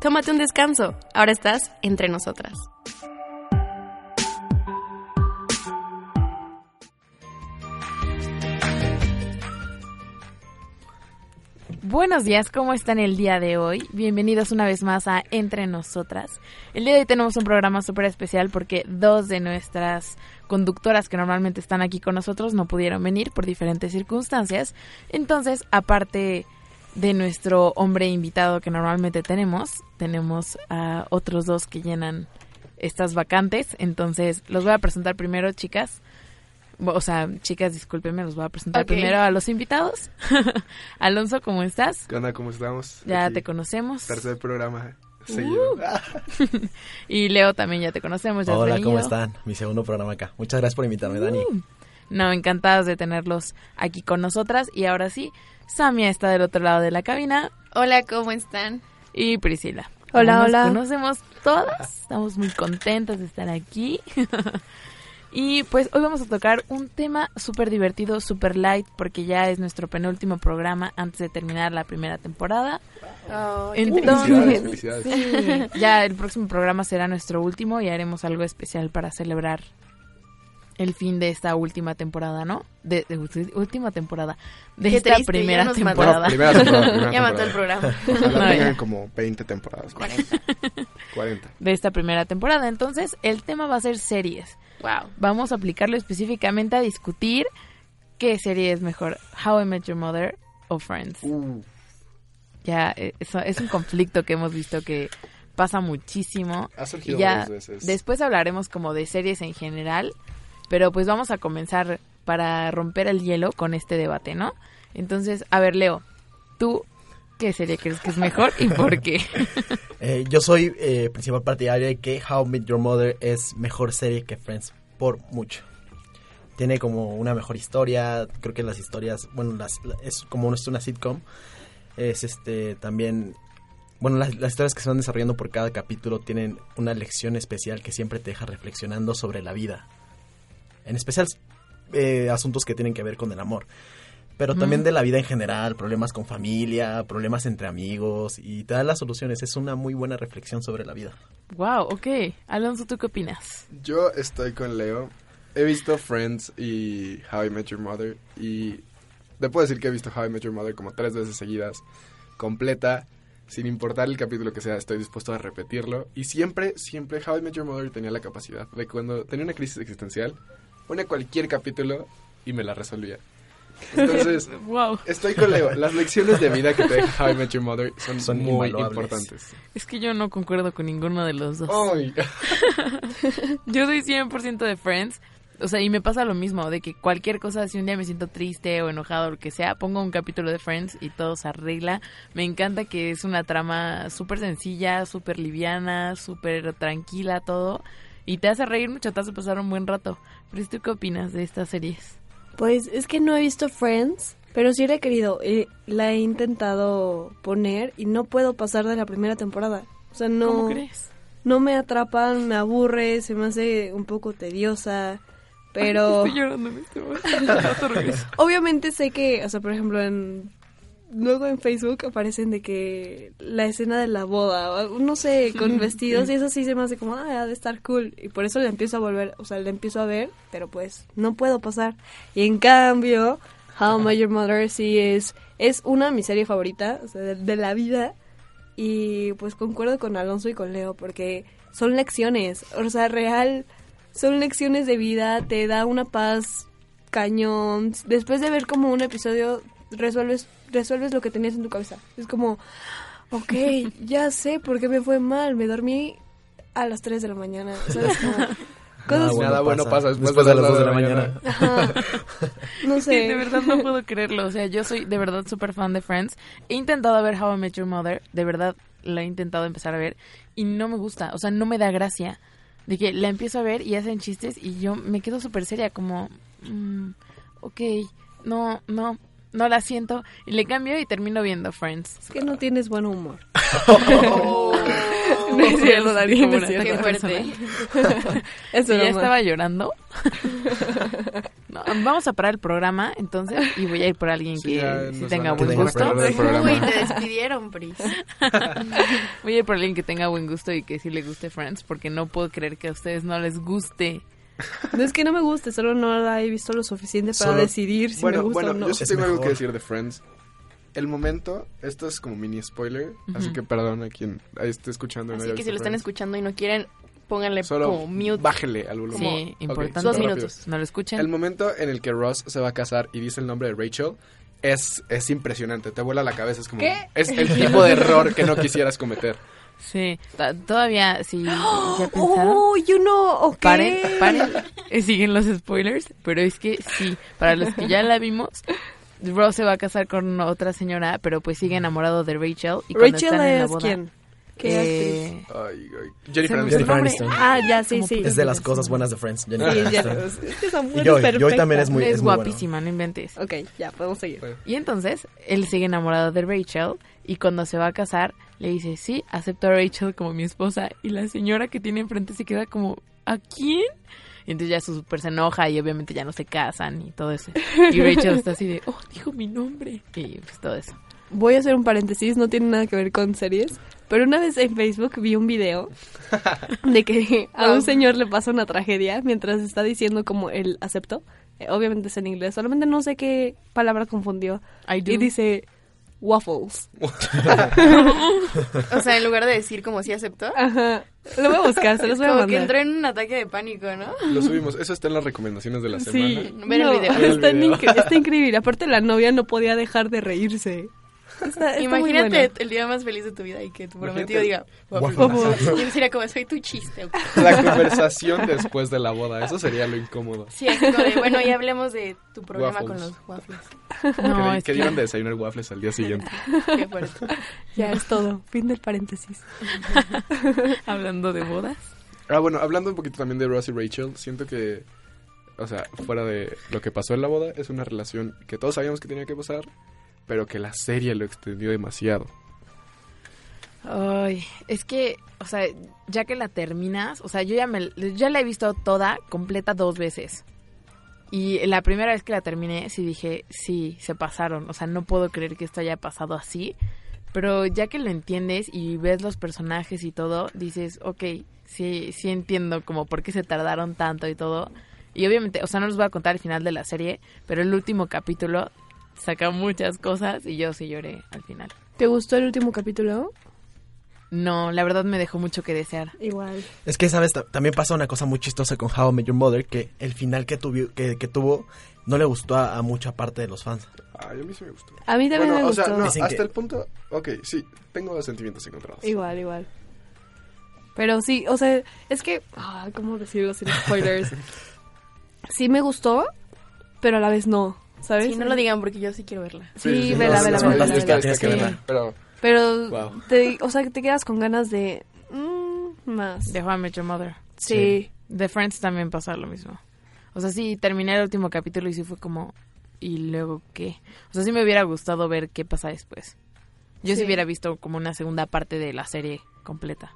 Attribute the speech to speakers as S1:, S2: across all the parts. S1: Tómate un descanso. Ahora estás entre nosotras.
S2: Buenos días, ¿cómo están el día de hoy? Bienvenidos una vez más a Entre Nosotras. El día de hoy tenemos un programa súper especial porque dos de nuestras conductoras que normalmente están aquí con nosotros no pudieron venir por diferentes circunstancias. Entonces, aparte de nuestro hombre invitado que normalmente tenemos, tenemos a otros dos que llenan estas vacantes. Entonces, los voy a presentar primero, chicas. O sea, chicas, discúlpenme, los voy a presentar
S3: Ok.
S2: primero a los invitados. Alonso, ¿cómo estás?
S4: ¿Qué onda? ¿Cómo estamos?
S2: Ya
S4: Aquí,
S2: te conocemos.
S4: Tercer programa seguido.
S2: Y Leo también ya te conocemos. Ya has
S5: Hola,
S2: venido.
S5: ¿cómo están? Mi segundo programa acá. Muchas gracias por invitarme, Dani.
S2: No, encantadas de tenerlos aquí con nosotras. Y ahora sí, Samia está del otro lado de la cabina
S3: Hola, ¿cómo están?
S2: y Priscila.
S6: Hola,
S2: Como nos
S6: hola.
S2: conocemos todas. Estamos muy contentas de estar aquí. y pues hoy vamos a tocar un tema súper divertido, súper light, porque ya es nuestro penúltimo programa antes de terminar la primera temporada.
S4: Felicidades,
S2: Entonces,
S4: felicidades.
S2: Sí, ya el próximo programa será nuestro último y haremos algo especial para celebrar el fin de esta última temporada, ¿no? De, de ulti- última temporada. De
S3: Qué
S2: esta
S3: triste, ya
S2: primera
S3: nos mató.
S2: temporada.
S4: Bueno, primera temporada. primera
S3: Ya mató el
S4: temporada.
S3: programa.
S4: Ojalá
S2: No,
S4: tengan
S2: ya.
S4: como 20 temporadas. 40.
S2: De esta primera temporada. Entonces, el tema va a ser series.
S3: Wow.
S2: Vamos a aplicarlo específicamente a discutir qué serie es mejor, How I Met Your Mother o Friends. Ya, eh, eso es un conflicto que hemos visto que pasa muchísimo.
S4: Ha surgido
S2: Y ya
S4: varias veces.
S2: Después hablaremos como de series en general, pero pues vamos a comenzar para romper el hielo con este debate, ¿no? Entonces, a ver, Leo, ¿tú qué serie crees que es mejor y por qué?
S5: Eh, yo soy eh, principal partidario de que How I Met Your Mother es mejor serie que Friends por mucho. Tiene como una mejor historia, creo que las historias, bueno, las, la- es como es una sitcom, es este también, bueno, las, las historias que se van desarrollando por cada capítulo tienen una lección especial que siempre te deja reflexionando sobre la vida, en especial eh, asuntos que tienen que ver con el amor. pero también de la vida en general, problemas con familia, problemas entre amigos y te da las soluciones. Es una muy buena reflexión sobre la vida.
S2: wow, ok. Alonso, ¿tú qué opinas?
S4: Yo estoy con Leo. He visto Friends y How I Met Your Mother. Y te puedo decir que he visto How I Met Your Mother como tres veces seguidas. Completa. Sin importar el capítulo que sea, estoy dispuesto a repetirlo. Y siempre, siempre How I Met Your Mother tenía la capacidad de cuando tenía una crisis existencial, ponía cualquier capítulo y me la resolvía. Entonces,
S2: Wow,
S4: estoy con Leo. Las lecciones de vida que te deja How I Met Your Mother son,
S5: Son
S4: muy
S5: invaluables.
S4: importantes.
S2: es que yo no concuerdo con ninguno de los dos.
S4: Ay,
S2: Yo soy 100% de Friends. O sea, y me pasa lo mismo, de que cualquier cosa, si un día me siento triste o enojado o lo que sea, pongo un capítulo de Friends y todo se arregla. Me encanta que es una trama súper sencilla, súper liviana, súper tranquila, todo. Y te hace reír mucho, te hace pasar un buen rato. Pero ¿tú qué opinas de estas series?
S7: Pues es que no he visto Friends, pero sí la he querido. eh, la he intentado poner y no puedo pasar de la primera temporada. O sea, no,
S2: ¿Cómo crees?
S7: no me atrapa, me aburre, se me hace un poco tediosa. Pero
S2: Estoy llorando en este momento. Al rato regreso.
S7: obviamente sé que, o sea, por ejemplo, en luego en Facebook aparecen de que la escena de la boda, o algo, no sé, con vestidos y eso sí se me hace como, ah, ha de estar cool. Y por eso la empiezo a volver, o sea, la empiezo a ver, pero pues no puedo pasar. Y en cambio, How I Met Your Mother sí es, es una de mis series favoritas o sea, de, de la vida. Y pues concuerdo con Alonso y con Leo, porque son lecciones, o sea, real, son lecciones de vida, te da una paz cañón. Después de ver como un episodio, resuelves, resuelves lo que tenías en tu cabeza. Es como, ok, ya sé por qué me fue mal, me dormí a las 3 de la mañana. ¿sabes? Como, Cosas-
S4: Nada bueno pasa después de las dos de la mañana.
S7: Ajá. No
S2: Sí, de
S7: sé.
S2: verdad no puedo creerlo. O sea, yo soy de verdad súper fan de Friends. He intentado ver How I Met Your Mother. De verdad, la he intentado empezar a ver. Y no me gusta. O sea, no me da gracia. De que la empiezo a ver y hacen chistes y yo me quedo súper seria. Como, mm, ok, no, no, no la siento. Y le cambio y termino viendo Friends.
S7: Es que no tienes buen humor.
S2: No es cierto, Dani,
S7: no es
S2: Oh, como un
S7: cierto.
S3: Qué
S2: ataque
S3: fuerte.
S2: personal.
S7: Eso
S2: Y ya estaba llorando. No, vamos a parar el programa entonces y voy a ir por alguien
S4: Sí, ya
S2: que sí
S4: nos
S2: tenga
S4: van a-
S2: buen
S5: que tenga
S2: gusto.
S4: perder el programa.
S3: Uy, te despidieron, Pris.
S2: Voy a ir por alguien que tenga buen gusto y que sí le guste Friends, porque no puedo creer que a ustedes no les guste.
S7: No es que no me guste, solo no la he visto lo suficiente para
S5: Solo-
S7: decidir si me
S4: bueno,
S7: gusta
S4: bueno,
S7: o no.
S4: yo sí
S5: Es
S4: tengo algo que
S5: mejor.
S4: decir de Friends. El momento, esto es como mini spoiler, así
S2: Ujú.
S4: que perdón a quien ahí esté escuchando. y no
S3: Así
S4: haya
S3: que si
S4: visto
S3: lo están
S4: Friends.
S3: escuchando y no quieren, pónganle
S4: Solo
S3: como mute.
S4: bájele al volumen.
S2: Sí,
S4: Ok,
S2: importante.
S3: Dos
S4: rápido.
S3: minutos.
S2: No lo
S4: El
S2: escuchen.
S4: momento en el que Ross se va a casar y dice el nombre de Rachel es, es impresionante, te vuela la cabeza, es como...
S7: ¿Qué?
S4: Es el tipo de error que no quisieras cometer.
S2: Sí, ta- todavía si ya pensaron.
S7: Oh, you know, ok.
S2: Paren, paren. Eh, Siguen los spoilers, pero es que sí, para los que ya la vimos, Ross se va a casar con otra señora, pero pues sigue enamorado de Rachel. Y cuando
S7: Rachel
S2: están en la
S7: es
S2: boda,
S7: quién? ¿Qué
S2: eh,
S7: actriz?
S4: Ay,
S2: se
S4: ay. Jennifer
S2: me
S4: Aniston.
S2: olvidó el
S5: Jennifer
S2: nombre.
S5: Aniston.
S2: Ah,
S7: Ah, ya, sí,
S2: como
S7: sí.
S5: Es de las cosas buenas de Friends. Jennifer
S7: Sí, ya.
S5: Aniston.
S7: Es que esa mujer
S5: Y yo,
S7: es
S5: yo también es
S7: perfecta.
S5: muy,
S2: es,
S5: es muy bueno.
S2: guapísima, no inventes.
S7: Ok, ya, podemos seguir.
S2: Y entonces él sigue enamorado de Rachel y cuando se va a casar le dice, sí, acepto a Rachel como mi esposa y la señora que tiene enfrente se queda como, ¿a quién? Y entonces ya su super se enoja y obviamente ya no se casan y todo eso. Y Rachel está así de, oh, dijo mi nombre. Y pues todo eso.
S7: Voy a hacer un paréntesis, no tiene nada que ver con series, pero una vez en Facebook vi un video de que a un señor le pasa una tragedia mientras está diciendo como el acepto. Eh, obviamente es en inglés, solamente no sé qué palabra confundió.
S2: I do.
S7: Y dice waffles.
S3: O sea, en lugar de decir como si aceptó,
S7: Ajá. Lo voy a buscar, se los voy a
S3: como que
S7: mandar.
S3: entró en un ataque de pánico, ¿no?
S4: Lo subimos, eso está en las recomendaciones de la semana.
S7: Sí,
S3: Ver el
S7: no,
S3: video.
S4: Ver el
S7: Está, en
S4: video.
S7: incre- está increíble. Aparte, la novia no podía dejar de reírse. Está- está muy
S3: Imagínate
S7: bueno.
S3: el día más feliz de tu vida y que tu
S4: Imagínate.
S3: prometido diga, "Guapo".
S4: Guapo.
S3: Y él sería como, soy tu chiste. ok.
S4: La conversación después de la boda, eso sería lo incómodo.
S3: Sí, así como de, bueno, ya hablemos de tu problema con
S4: Waffles.
S3: los waffles.
S2: No,
S4: que
S2: es
S4: que
S2: que-
S4: dieron de desayunar waffles al día siguiente.
S3: Qué fuerte.
S7: Ya es todo. Fin del paréntesis.
S2: hablando de bodas.
S4: Ah, bueno, hablando un poquito también de Ross y Rachel, siento que, o sea, fuera de lo que pasó en la boda, es una relación que todos sabíamos que tenía que pasar, pero que la serie lo extendió demasiado.
S2: Ay, es que, o sea, ya que la terminas, o sea, yo ya, me, ya la he visto toda, completa dos veces. Y la primera vez que la terminé, sí dije, sí, se pasaron. O sea, no puedo creer que esto haya pasado así. Pero ya que lo entiendes y ves los personajes y todo, dices, ok, sí, sí entiendo como por qué se tardaron tanto y todo. Y obviamente, o sea, no les voy a contar el final de la serie, pero el último capítulo saca muchas cosas y yo sí lloré al final.
S7: ¿Te gustó el último capítulo?
S2: No, la verdad me dejó mucho que desear.
S7: Igual.
S5: Es que, ¿sabes? Ta- También pasa una cosa muy chistosa con How I Met Your Mother, que el final que, tuvi- que, que tuvo no le gustó a, a mucha parte de los fans.
S4: Ay, a mí sí me gustó.
S7: A mí también
S4: Bueno,
S7: me
S4: o
S7: gustó.
S4: sea, no,
S5: Dicen
S4: hasta
S5: que-
S4: el punto, ok, sí, tengo sentimientos encontrados.
S7: Igual, igual. Pero sí, o sea, es que. ah, ¿Cómo decirlo sin spoilers? sí me gustó, pero a la vez no. ¿Sabes?
S3: Sí, no lo digan porque yo sí quiero verla.
S7: Sí, vela,
S5: no,
S7: vela,
S5: es
S7: vela, vela,
S5: fantástica,
S7: vela.
S5: tienes que
S7: Sí.
S5: verla.
S4: Pero
S7: Pero,
S4: Wow.
S7: te, o sea, te quedas con ganas de. mm, más.
S2: De How I Met Your Mother.
S7: sí.
S2: De Friends también pasa lo mismo. O sea, sí, terminé el último capítulo y sí fue como... ¿Y luego qué? O sea, sí me hubiera gustado ver qué pasa después. Yo sí,
S7: Sí.
S2: hubiera visto como una segunda parte de la serie completa.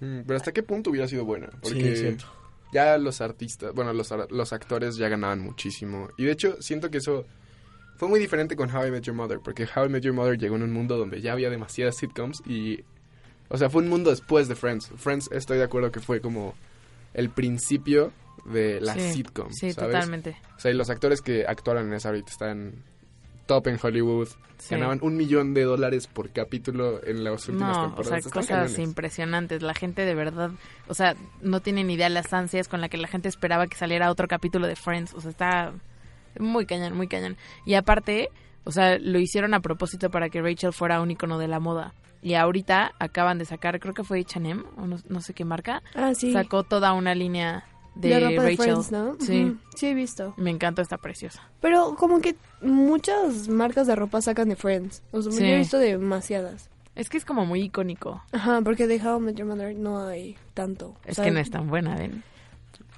S4: Mm, Pero hasta qué punto hubiera sido buena.
S5: Sí,
S4: Porque
S5: es cierto.
S4: ya los artistas, bueno, los, ar- los actores ya ganaban muchísimo. Y de hecho, siento que eso fue muy diferente con How I Met Your Mother. Porque How I Met Your Mother llegó en un mundo donde ya había demasiadas sitcoms y... O sea, fue un mundo después de Friends. Friends, estoy de acuerdo que fue como el principio de la
S2: Sí,
S4: sitcom,
S2: Sí,
S4: Um, ¿sabes?
S2: totalmente.
S4: O sea, y los actores que actuaron en esa ahorita están top en Hollywood.
S2: Sí.
S4: Ganaban un millón de dólares por capítulo en las últimas
S2: No, o
S4: temporadas.
S2: sea,
S4: Están
S2: cosas
S4: cañones.
S2: impresionantes. La gente de verdad, o sea, no tiene ni idea las ansias con la que la gente esperaba que saliera otro capítulo de Friends. O sea, está muy cañón, muy cañón. Y aparte, o sea, lo hicieron a propósito para que Rachel fuera un icono de la moda. Y ahorita acaban de sacar, creo que fue H&M, o no, no sé qué marca,
S7: Ah, sí.
S2: sacó toda una línea de,
S7: la ropa
S2: Rachel.
S7: de Friends, ¿no?
S2: Sí.
S7: Ujú, Sí, he visto.
S2: Me encanta, está preciosa.
S7: Pero como que muchas marcas de ropa sacan de Friends. O sea,
S2: Sí.
S7: yo he visto demasiadas.
S2: Es que es como muy icónico.
S7: Ajá, porque de How I Met Your Mother no hay tanto.
S2: Es
S7: O sea,
S2: que no es tan buena, ¿ven?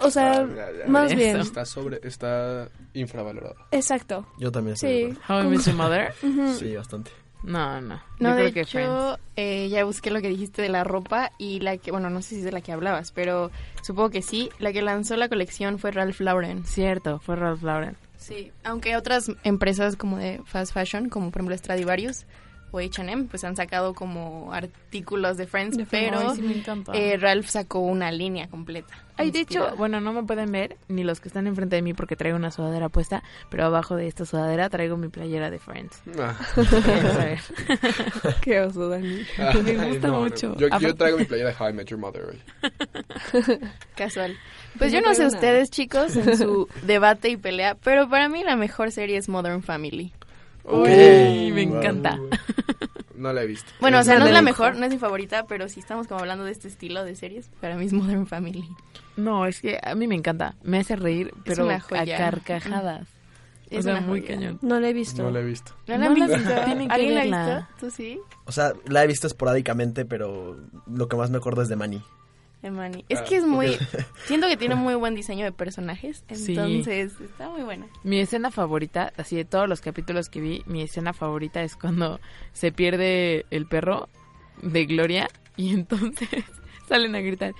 S7: O sea,
S4: Ah, ya, ya,
S7: más
S2: eso.
S7: bien.
S4: Está sobre, está infravalorada.
S7: Exacto.
S5: Yo también estoy de
S7: Sí.
S5: acuerdo.
S2: How I Met Your Mother.
S7: Ujú.
S5: Sí, bastante.
S2: No, no.
S3: No,
S2: Yo creo
S3: de
S2: que Friends.
S3: hecho, eh, ya busqué lo que dijiste de la ropa y la que, bueno, no sé si es de la que hablabas, pero supongo que sí. La que lanzó la colección fue Ralph Lauren.
S2: Cierto, fue Ralph Lauren.
S3: Sí, aunque otras empresas como de fast fashion, como por ejemplo Stradivarius o H&M, pues han sacado como artículos de Friends,
S7: De Friends.
S3: pero
S7: Ay, sí,
S2: me encanta.
S3: eh, Ralph sacó una línea completa.
S2: Ay, de
S3: inspirada.
S2: hecho, bueno, no me pueden ver ni los que están enfrente de mí porque traigo una sudadera puesta, pero abajo de esta sudadera traigo mi playera de Friends.
S4: Ah.
S2: Quiero saber.
S7: Qué oso, Dani.
S2: Me gusta
S4: No, no.
S2: mucho.
S4: Yo,
S2: Aparte-
S4: yo traigo mi playera de How I Met Your Mother hoy.
S3: Casual. Pues yo
S7: Yo
S3: no sé
S7: traigo una.
S3: ustedes, chicos, en su debate y pelea, pero para mí la mejor serie es Modern Family.
S2: Uy,
S5: Ok.
S2: me
S5: Wow.
S2: encanta.
S4: No la he visto.
S3: Bueno, o sea,
S7: Yo
S3: no es
S7: la
S3: la
S7: dejo.
S3: mejor, no es mi favorita, pero si estamos como hablando de este estilo de series, para mí es Modern Family.
S2: No, es que a mí me encanta. Me hace reír, pero
S3: una
S2: a
S3: joya.
S2: carcajadas.
S3: Es
S2: o sea,
S3: una
S2: muy
S3: joya.
S2: cañón.
S7: No la he visto.
S4: No la he visto.
S2: No
S3: ¿No la
S2: la
S3: han
S2: has
S3: visto?
S2: visto, tienen que
S3: ¿Alguien la ha
S2: verla.
S3: visto? ¿Tú sí?
S5: O sea, la he visto esporádicamente, pero lo que más me acuerdo es de Manny.
S3: Hermani. Es
S4: Ah,
S3: que es muy... Siento que tiene muy buen diseño de personajes,
S2: Sí.
S3: entonces está muy buena.
S2: Mi escena favorita, así de todos los capítulos que vi, mi escena favorita es cuando se pierde el perro de Gloria y entonces salen a gritar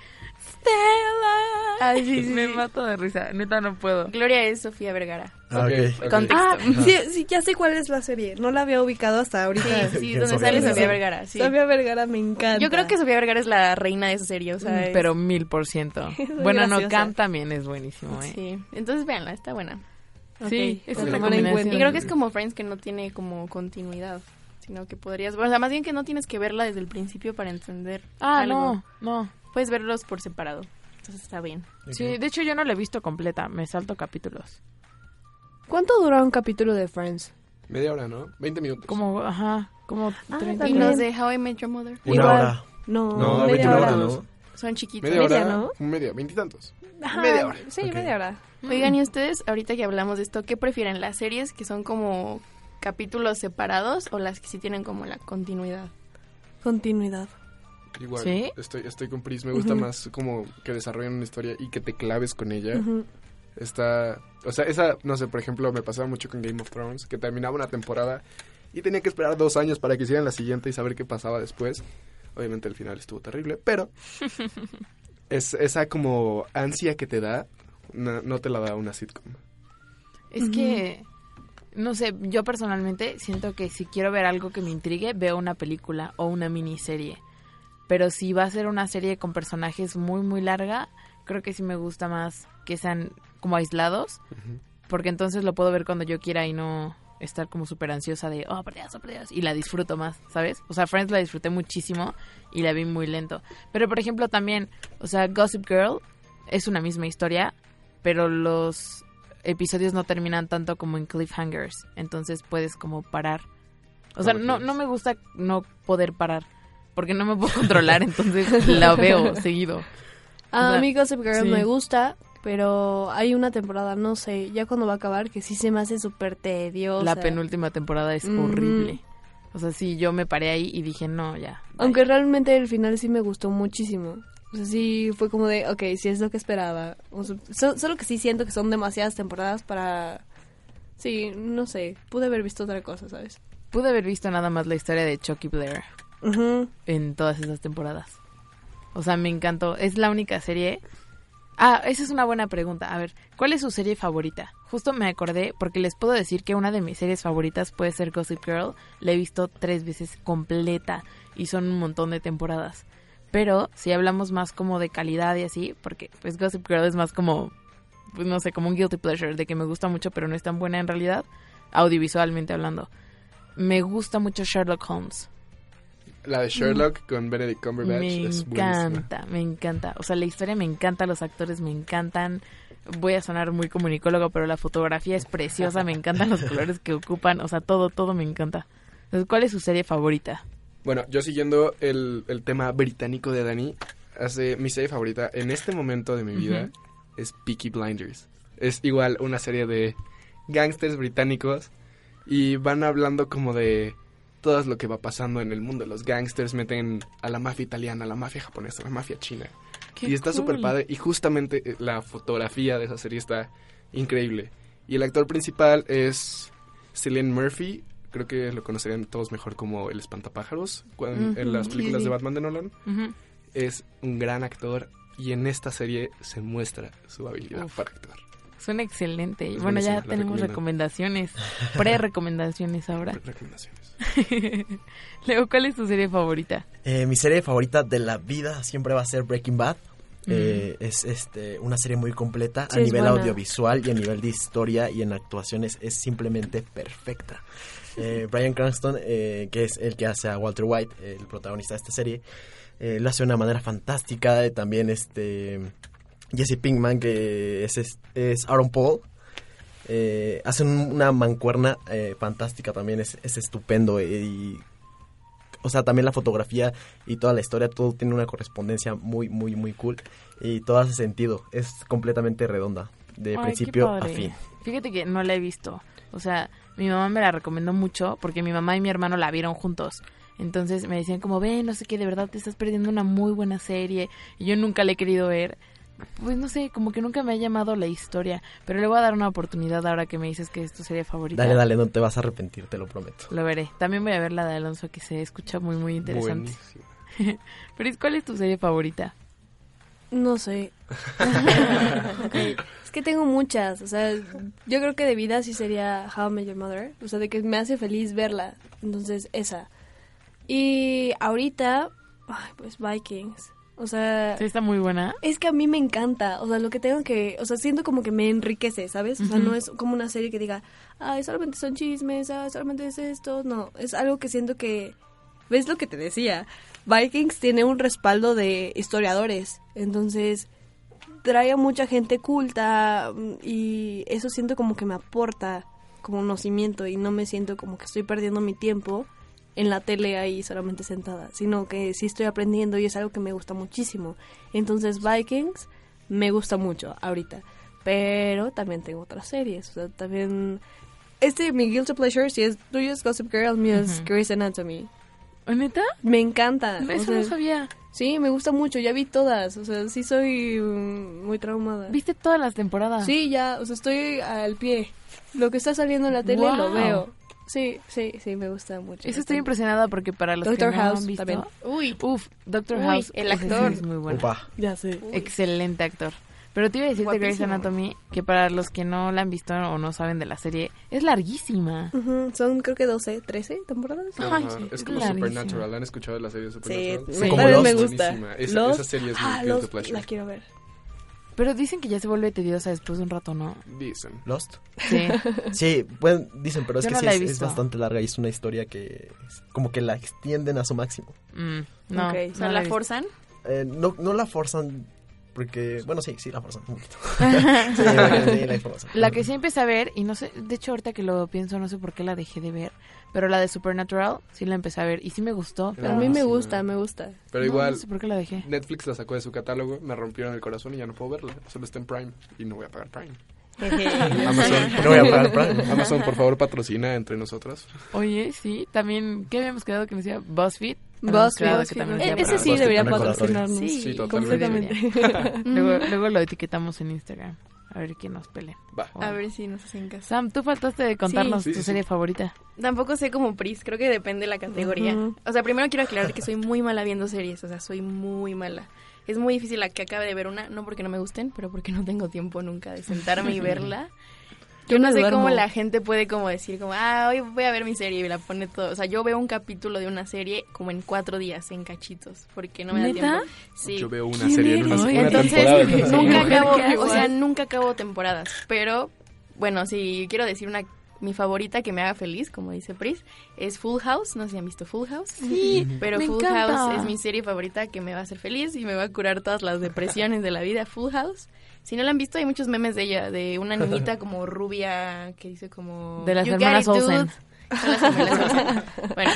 S2: ¡Stella!
S3: Ay, sí, sí,
S2: me
S3: sí.
S2: mato de risa, neta no puedo.
S3: Gloria es Sofía Vergara.
S5: Ah,
S4: Ok,
S5: ok.
S4: ok.
S3: Contexto.
S7: Ah, sí, sí, ya sé cuál es la serie. No la había ubicado hasta ahorita.
S3: Sí, sí,
S5: ¿Quién?
S3: donde
S5: Sofía
S3: sale
S5: Vergara.
S3: Sofía Vergara. Sí.
S7: Sofía Vergara me encanta.
S3: Yo creo que Sofía Vergara es la reina de esa serie, o sea... es-
S2: Mm, Pero mil por ciento.
S7: muy
S2: Bueno, no,
S7: graciosa.
S2: Cam también es buenísimo, ¿eh?
S3: Sí, entonces véanla, está buena.
S7: Ok,
S2: Sí, es
S7: lo
S2: una
S7: tomaré en
S2: combinación.
S7: cuenta.
S3: Y creo que es como Friends que no tiene como continuidad, sino que podrías, o sea, más bien que no tienes que verla desde el principio para entender
S2: Ah,
S3: algo.
S2: no, no.
S3: Puedes verlos por separado. Entonces está bien.
S2: Sí, de hecho yo no la he visto completa, me salto capítulos.
S7: ¿Cuánto dura un capítulo de Friends?
S4: Media hora, ¿no? 20 minutos.
S2: Como, ajá, como
S7: Ah,
S2: 30.
S3: Y
S7: También.
S3: los de How I Met Your Mother
S5: Una
S7: Igual.
S5: hora.
S7: No,
S5: No,
S7: media
S5: 21
S7: hora.
S5: horas, ¿no?
S3: son chiquitos.
S4: Media hora.
S7: Media, ¿no?
S4: Media, veintitantos.
S7: Ajá,
S4: Media hora.
S7: Sí,
S5: Ok.
S7: media hora.
S3: Oigan, ¿y ustedes ahorita que hablamos de esto, qué prefieren? ¿Las series que son como capítulos separados o las que sí tienen como la continuidad?
S7: Continuidad.
S4: Igual.
S2: ¿Sí?
S4: Estoy, estoy con Pris. Me gusta
S7: Ujú.
S4: más como que desarrollen una historia y que te claves con ella.
S7: Ujú.
S4: Está. O sea, esa, no sé, por ejemplo, me pasaba mucho con Game of Thrones, que terminaba una temporada y tenía que esperar dos años para que hicieran la siguiente y saber qué pasaba después. Obviamente el final estuvo terrible, pero es, esa como ansia que te da, no, no te la da una sitcom.
S2: Es que, no sé, yo personalmente siento que si quiero ver algo que me intrigue, veo una película o una miniserie. Pero si va a ser una serie con personajes muy, muy larga, creo que sí me gusta más que sean como aislados, porque entonces lo puedo ver cuando yo quiera y no estar como súper ansiosa de, oh, por Dios, oh, por Dios", y la disfruto más, ¿sabes? O sea, Friends la disfruté muchísimo y la vi muy lento. Pero, por ejemplo, también, o sea, Gossip Girl es una misma historia, pero los episodios no terminan tanto como en cliffhangers, entonces puedes como parar. O sea,
S4: ¿Cómo
S2: no,
S4: quieres?
S2: no me gusta no poder parar, porque no me puedo controlar, entonces la veo seguido. O
S7: Ah, A
S2: sea,
S7: mí Gossip Girl
S2: sí.
S7: me gusta, pero hay una temporada, no sé, ya cuando va a acabar, que sí se me hace súper tediosa.
S2: la penúltima temporada es
S7: Ujú.
S2: horrible. O sea, sí, yo me paré ahí y dije, no, ya. bye".
S7: Aunque realmente el final sí me gustó muchísimo. O sea, sí fue como de, ok, sí es lo que esperaba. O sea, so- solo que sí siento que son demasiadas temporadas para... Sí, no sé, pude haber visto otra cosa, ¿sabes?
S2: Pude haber visto nada más la historia de Chucky Blair en todas esas temporadas. O sea, me encantó. Es la única serie. Ah, esa es una buena pregunta. A ver, ¿cuál es su serie favorita? Justo me acordé porque les puedo decir que una de mis series favoritas puede ser Gossip Girl. La he visto tres veces completa y son un montón de temporadas. Pero si hablamos más como de calidad y así, porque pues Gossip Girl es más como, pues, no sé, como un guilty pleasure de que me gusta mucho pero no es tan buena en realidad, audiovisualmente hablando. Me gusta mucho Sherlock Holmes.
S4: La de Sherlock con Benedict Cumberbatch
S2: Mm. Me
S4: es buenísima.
S2: encanta, me encanta. O sea, la historia me encanta, los actores me encantan. Voy a sonar muy comunicólogo, pero la fotografía es preciosa, me encantan los colores que ocupan, o sea, todo, todo me encanta. Entonces, ¿cuál es su serie favorita?
S4: Bueno, yo siguiendo el, el tema británico de Dani, hace mi serie favorita en este momento de mi vida es Peaky Blinders. Es igual una serie de gángsters británicos y van hablando como de todo lo que va pasando en el mundo. Los gángsters meten a la mafia italiana, a la mafia japonesa, a la mafia china.
S2: Qué
S4: y está
S2: cool.
S4: súper padre. Y justamente eh, la fotografía de esa serie está increíble. Y el actor principal es Cillian Murphy. Creo que lo conocerían todos mejor como el espantapájaros cuan-
S2: Ujú,
S4: en las
S2: sí,
S4: películas
S2: sí.
S4: de Batman de Nolan.
S2: Ujú.
S4: Es un gran actor y en esta serie se muestra su habilidad para actuar.
S2: Suena excelente. Y
S4: Es
S2: bueno, ya
S4: buenísima, la
S2: tenemos
S4: recomiendo.
S2: recomendaciones, pre-recomendaciones ahora.
S4: Recomendaciones.
S2: Leo, ¿cuál es tu serie favorita?
S5: Eh, mi serie favorita de la vida siempre va a ser Breaking Bad. Eh, es este una serie muy completa
S7: Mm. Sí,
S5: a
S7: es
S5: nivel
S7: buena.
S5: audiovisual y a nivel de historia y en actuaciones es simplemente perfecta. Eh, Brian Cranston, eh, que es el que hace a Walter White, el protagonista de esta serie, eh, lo hace de una manera fantástica. Eh, también este Jesse Pinkman, que es, es, es Aaron Paul, eh, hacen un- una mancuerna eh, fantástica también, es, es estupendo. eh, y, o sea, también la fotografía y toda la historia, todo tiene una correspondencia muy, muy, muy cool. Y todo hace sentido, es completamente redonda, de
S2: Ay, qué
S5: principio a
S2: padre.
S5: fin.
S2: Fíjate que no la he visto. O sea, mi mamá me la recomendó mucho porque mi mamá y mi hermano la vieron juntos. Entonces me decían como, ve, no sé qué, de verdad te estás perdiendo una muy buena serie. Y yo nunca la he querido ver. Pues no sé, como que nunca me ha llamado la historia. Pero le voy a dar una oportunidad ahora que me dices que es tu serie favorita.
S5: Dale, dale, no te vas a arrepentir, te lo prometo.
S2: Lo veré. También voy a ver la de Alonso que se escucha muy, muy interesante.
S4: Buenísimo.
S2: Pero ¿cuál es tu serie favorita?
S7: No sé. es que tengo muchas. O sea, yo creo que de vida sí sería How I Met Your Mother. O sea, de que me hace feliz verla. Entonces, esa. Y ahorita, ay, pues Vikings. O sea,
S2: Sí, está muy buena.
S7: es que a mí me encanta. O sea, lo que tengo que. O sea, siento como que me enriquece, ¿sabes? O sea, no es como una serie que diga, ay, solamente son chismes, ay, solamente es esto. No, es algo que siento que. ¿Ves lo que te decía? Vikings tiene un respaldo de historiadores. Entonces, trae a mucha gente culta mm, y eso siento como que me aporta como conocimiento y no me siento como que estoy perdiendo mi tiempo en la tele ahí solamente sentada, sino que sí estoy aprendiendo y es algo que me gusta muchísimo. Entonces Vikings me gusta mucho ahorita, pero también tengo otras series, o sea, también... Este, mi guilty pleasure, si es tuyo es Gossip Girl, mío es
S2: Ujú.
S7: Grey's Anatomy.
S2: ¿Neta?
S7: Me encanta. Ah, o
S2: Eso
S7: sea,
S2: no sabía.
S7: sí, me gusta mucho, ya vi todas, o sea, sí soy mm, muy traumada.
S2: ¿Viste todas las temporadas?
S7: Sí, ya, o sea, estoy al pie. Lo que está saliendo en la tele
S2: Wow.
S7: lo veo. Sí, sí, sí, me gusta mucho.
S2: Eso estoy
S7: Bastante.
S2: impresionada porque para los
S7: Doctor
S2: que no
S7: House
S2: han visto...
S7: también.
S3: Uy,
S2: Uf, Doctor
S3: Uy,
S2: House.
S3: el
S2: esa sí
S3: actor.
S2: Es muy bueno.
S5: Opa.
S7: Ya sé.
S2: Excelente actor. Pero te iba a decir de Grey's
S3: Guapísimo.
S2: Anatomy que para los que no la han visto o no saben de la serie, es larguísima.
S7: Ujú, Son creo que 12, 13 temporadas.
S2: Ay,
S4: Ajá,
S2: sí,
S4: Es como
S2: clarísimo.
S4: Supernatural. ¿Han escuchado la serie de Supernatural?
S5: Sí. Como
S7: también
S5: Lost.
S7: me gusta.
S4: Buenísima. Esa-
S7: Lost.
S4: esa serie es mi
S7: ah,
S4: guilty
S7: Lost,
S4: pleasure.
S7: La quiero ver.
S2: Pero dicen que ya se vuelve tediosa después de un rato, ¿no?
S4: Dicen.
S5: ¿Lost?
S2: Sí.
S5: Sí, pueden- dicen, pero es
S2: Yo
S5: que
S2: no
S5: sí,
S2: la he
S5: es, es
S2: visto.
S5: bastante larga y es una historia que es como que la extienden a su máximo.
S2: Mm, no,
S7: Ok.
S3: o sea,
S2: no
S3: la
S2: he visto.
S3: forzan.
S5: Eh, no, no la forzan porque, bueno, sí, sí la forzan un poquito. sí, la, sí, la forzan.
S2: La que sí empecé a ver, y no sé, de hecho ahorita que lo pienso, no sé por qué la dejé de ver, pero la de Supernatural sí la empecé a ver y sí me gustó.
S4: Pero
S7: a mí me
S4: Ah, sí,
S7: gusta,
S4: no.
S7: me gusta.
S4: Pero
S2: no,
S4: igual,
S2: No sé por qué la dejé.
S4: Netflix la sacó de su catálogo, me rompieron el corazón y ya no puedo verla. Solo está en Prime y no voy a pagar Prime. Amazon,
S5: No voy a pagar Prime.
S4: Amazon, por favor, patrocina entre nosotros.
S2: Oye, sí, también, ¿qué habíamos quedado que nos decía BuzzFeed? Habíamos
S7: Buzzfeed,
S2: quedado que
S7: Buzzfeed,
S2: también nos
S7: Buzzfeed.
S2: iba a
S7: E- Ese
S2: pagar.
S7: sí
S5: Buzzfeed
S7: debería
S5: con recordatorio.
S7: patrocinarnos.
S4: Sí,
S2: Sí,
S4: totalmente.
S7: Completamente.
S2: Luego, luego lo etiquetamos en Instagram, a ver quién nos pelea.
S4: Va.
S3: A ver si nos hacen caso.
S2: Sam, tú faltaste de contarnos
S4: Sí, sí,
S2: tu
S4: sí.
S2: serie favorita.
S3: Tampoco sé como Pris, creo que depende de la categoría.
S7: Ujú.
S3: O sea, primero quiero aclarar que soy muy mala viendo series, o sea, soy muy mala. Es muy difícil la que acabe de ver una, no porque no me gusten, pero porque no tengo tiempo nunca de sentarme y verla. Yo no
S7: me
S3: sé cómo
S7: duermo.
S3: la gente puede como decir como, ah, hoy voy a ver mi serie y la pone todo. O sea, yo veo un capítulo de una serie como en cuatro días, en cachitos, porque no me da
S2: ¿Neta?
S3: tiempo. Sí.
S4: Yo veo una serie en una,
S2: eres?
S4: una
S3: Entonces,
S4: temporada. en una serie.
S3: nunca
S2: Mujer, ¿qué
S3: acabo, o
S2: haces?
S3: sea, nunca acabo temporadas, pero bueno, si quiero decir una mi favorita que me haga feliz, como dice Pris, es Full House, no sé si han visto Full House.
S2: Sí,
S3: Pero
S2: me
S3: Full
S2: encanta.
S3: House es mi serie favorita que me va a hacer feliz y me va a curar todas las depresiones de la vida. Full House. Si no la han visto, hay muchos memes de ella, de una niñita como rubia que dice como...
S2: De las
S3: "You got
S2: hermanas
S3: it, dude".
S2: Olsen.
S3: Son las hermanas Olsen. Bueno,